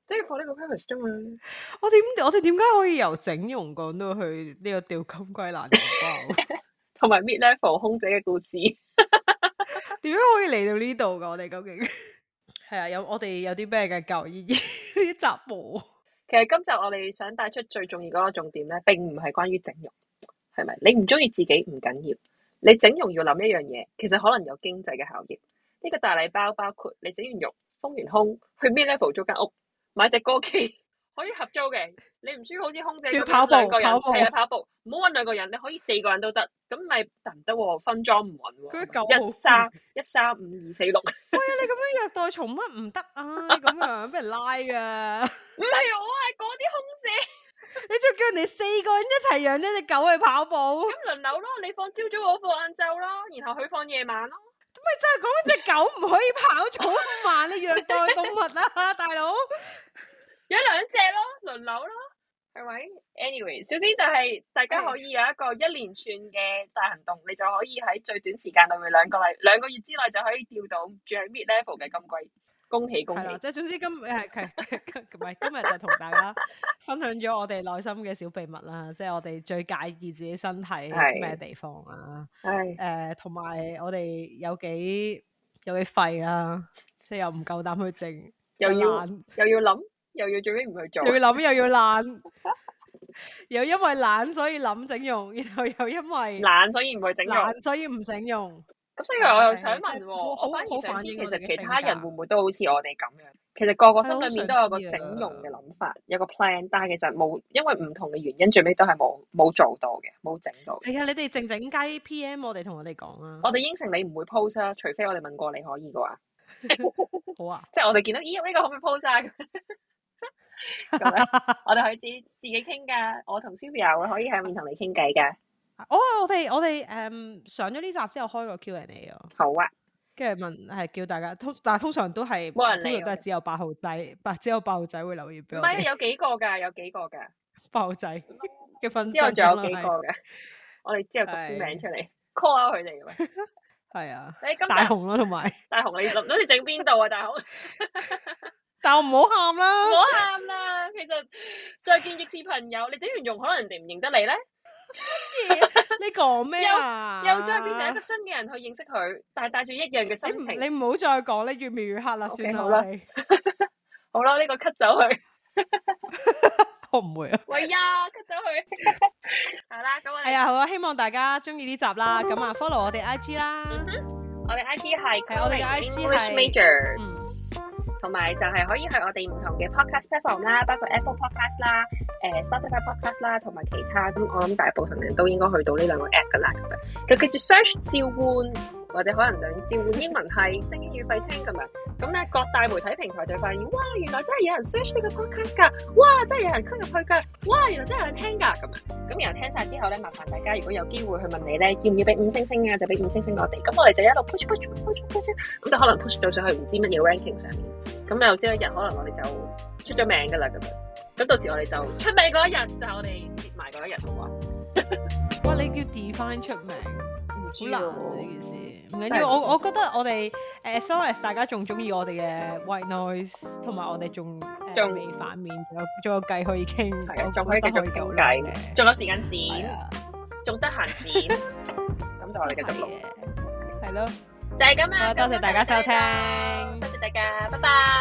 S2: 即係放呢個 purpose 啫嘛。
S1: 我點我哋點解可以由整容講到去呢個吊金龜難 人包？
S2: 同埋 mid level 空姐嘅故事，
S1: 點樣可以嚟到呢度噶？我哋究竟係啊？有我哋有啲咩嘅舊意義？呢集冇。
S2: 其實今集我哋想帶出最重要嗰個重點咧，並唔係關於整容，係咪？你唔中意自己唔緊要，你整容要諗一樣嘢，其實可能有經濟嘅效益。呢、個大禮包包括你整完容、封完胸、去 mid level 租間屋、買只歌 機，可以合租嘅。你唔需要好似空姐
S1: 仲要
S2: 咁樣
S1: 跑步
S2: 兩個人，
S1: 跑步
S2: 係啊跑步，唔好揾兩個人，你可以四個人都得。咁咪唔得喎，分裝唔穩
S1: 佢啲狗
S2: 喎，
S1: 好
S2: 一三一三五二四六，唔
S1: 喂，你咁樣虐待寵物唔得啊！咁樣俾人拉噶。
S2: 係我係嗰啲空姐。
S1: 你仲叫人哋四個人一齊養一隻狗去跑步？咁
S2: 輪流咯，你放朝早我放晏晝咯，然後佢放夜晚咯。
S1: 咪真係講只狗唔可以跑草咁慢，你虐待動物啦，大佬！
S2: 有兩隻咯，輪流咯，係咪？anyways，總之就係大家可以有一個一連串嘅大行動，你就可以喺最短時間內面兩個禮兩個月之內就可以釣到最 mid level 嘅金龜，恭喜恭
S1: 係
S2: 喜！
S1: 啦，即係總之今誒 係唔係今日就同大家分享咗我哋內心嘅小秘密啦，即係我哋最介意自己身體
S2: 係
S1: 咩地方啊？誒，
S2: 唉，
S1: 同埋我哋有幾有幾廢啦，即係又唔夠膽去整，
S2: 又要
S1: 懶
S2: 又要諗，又要最尾唔去做，
S1: 又要諗又要懶，又因為懶所以諗整容， 然後又因為
S2: 懶所以唔去整容。
S1: 懶所以唔整容。
S2: 咁所以我又想
S1: 係
S2: 問
S1: 真係
S2: 喎，
S1: 好好
S2: 我反而
S1: 好
S2: 想
S1: 反
S2: 知
S1: 映
S2: 其
S1: 我哋
S2: 實
S1: 嘅
S2: 其
S1: 性
S2: 他
S1: 格
S2: 人會唔會都好似我哋咁樣？其實個個心
S1: 係好
S2: 裏
S1: 想
S2: 面都有個
S1: 知啊
S2: 整容嘅諗法，有個 plan，但係其實冇，因為唔同嘅原因，最尾都係冇冇做到嘅，冇整到嘅。
S1: 係啊，你哋靜靜雞 P.M. 我哋同我哋講啊，
S2: 我哋應承你唔會 post 啦，除非我哋問過你可以嘅話，
S1: 好啊，
S2: 即係我哋見到咦呢、個可唔可以 post 啊？咁樣 我哋可以自己自己傾㗎，我同 Sylvia 會可以喺面同你傾偈㗎。
S1: 哦，我哋我哋誒、嗯上咗呢集之後開個 Q&A 咯，
S2: 好啊，
S1: 跟住問係叫大家通，但係通常都係
S2: 冇人理
S1: 通常都
S2: 我
S1: 係只有八號仔，八只有八號仔會留言
S2: 唔
S1: 俾我
S2: 係啊
S1: 哋，
S2: 有幾個㗎，有幾個 㗎，
S1: 八號仔嘅分
S2: 之後
S1: 身
S2: 仲有
S1: 啦
S2: 幾個
S1: 係
S2: 㗎，我哋之後讀啲名
S1: 係
S2: 出嚟 call 下佢 哋喂。
S1: 係啊，
S2: 你今
S1: 大
S2: 集。
S1: 雄啦，同埋，
S2: 大雄，你諗到你整邊度啊？大 雄，唔
S1: 但我唔好喊啦，
S2: 好喊啦！其實再見亦是朋友，你整完容可能人哋唔認得你咧，
S1: 你講咩啊？
S2: 又再變成一個新嘅人去認識佢，但係帶住一樣嘅心
S1: 你唔
S2: 情。
S1: 你唔好再講咧，越描越黑啦，
S2: OK，
S1: 算啦，
S2: 好
S1: 我
S2: 啦
S1: 哋
S2: 好啦，呢個 cut 走佢，
S1: 我唔會啊。
S2: 喂呀，cut 走佢。 好啦，咁我
S1: 係
S2: 哋
S1: 啊，好啊，希望大家中意呢集
S2: 嗯
S1: 啦，咁啊 follow 我哋 IG 啦。
S2: 我哋 I G 係
S1: 係我哋嘅 IG 係
S2: English Majors，同埋就係可以去我哋唔同嘅 podcast platform 啦，包括 Apple Podcast 啦、誒、Spotify Podcast 啦，同埋其他。咁我諗大部分人都應該去到呢兩個 app 噶啦，咁樣就記住 search 召喚，或者可能兩召喚英文係精英與廢青咁樣。咁咧各大媒體平台就會發現，哇！原來真係有人 search 呢個 podcast 㗎，哇！真係有人 click 入去㗎，哇！原來真係有人聽㗎咁樣。咁然後聽晒之後咧，麻煩大家如果有機會去問你咧，要唔要俾五星星啊？就俾五星星我哋。咁我哋就一路 push push push push push，咁就可能 push 到上去唔知乜嘢 ranking 上面。咁有朝一日可能我哋就出咗名噶啦咁樣。咁到時我哋就出名嗰一日就係我哋接埋嗰一日好嘛？
S1: 哇！你叫 define 出名，
S2: 唔
S1: 好難啊呢件事。唔緊
S2: 真係
S1: 要，我我覺得我哋呃誒，as long as 大家仲中意我哋嘅 white noise，同埋我哋仲誒
S2: 仲
S1: 未反面，仲有仲有計可以傾，
S2: 係啊
S1: 我
S2: 仲可以
S1: 覺
S2: 繼
S1: 得
S2: 續
S1: 夠
S2: 傾
S1: 啦
S2: 偈
S1: 嘅
S2: 仲有時間
S1: 係
S2: 剪，
S1: 啊，
S2: 仲得閒剪，咁就我哋繼續錄，
S1: 係嘅係咯。
S2: 就係咁啊！
S1: 好多謝大家收聽
S2: 多謝大家，拜拜。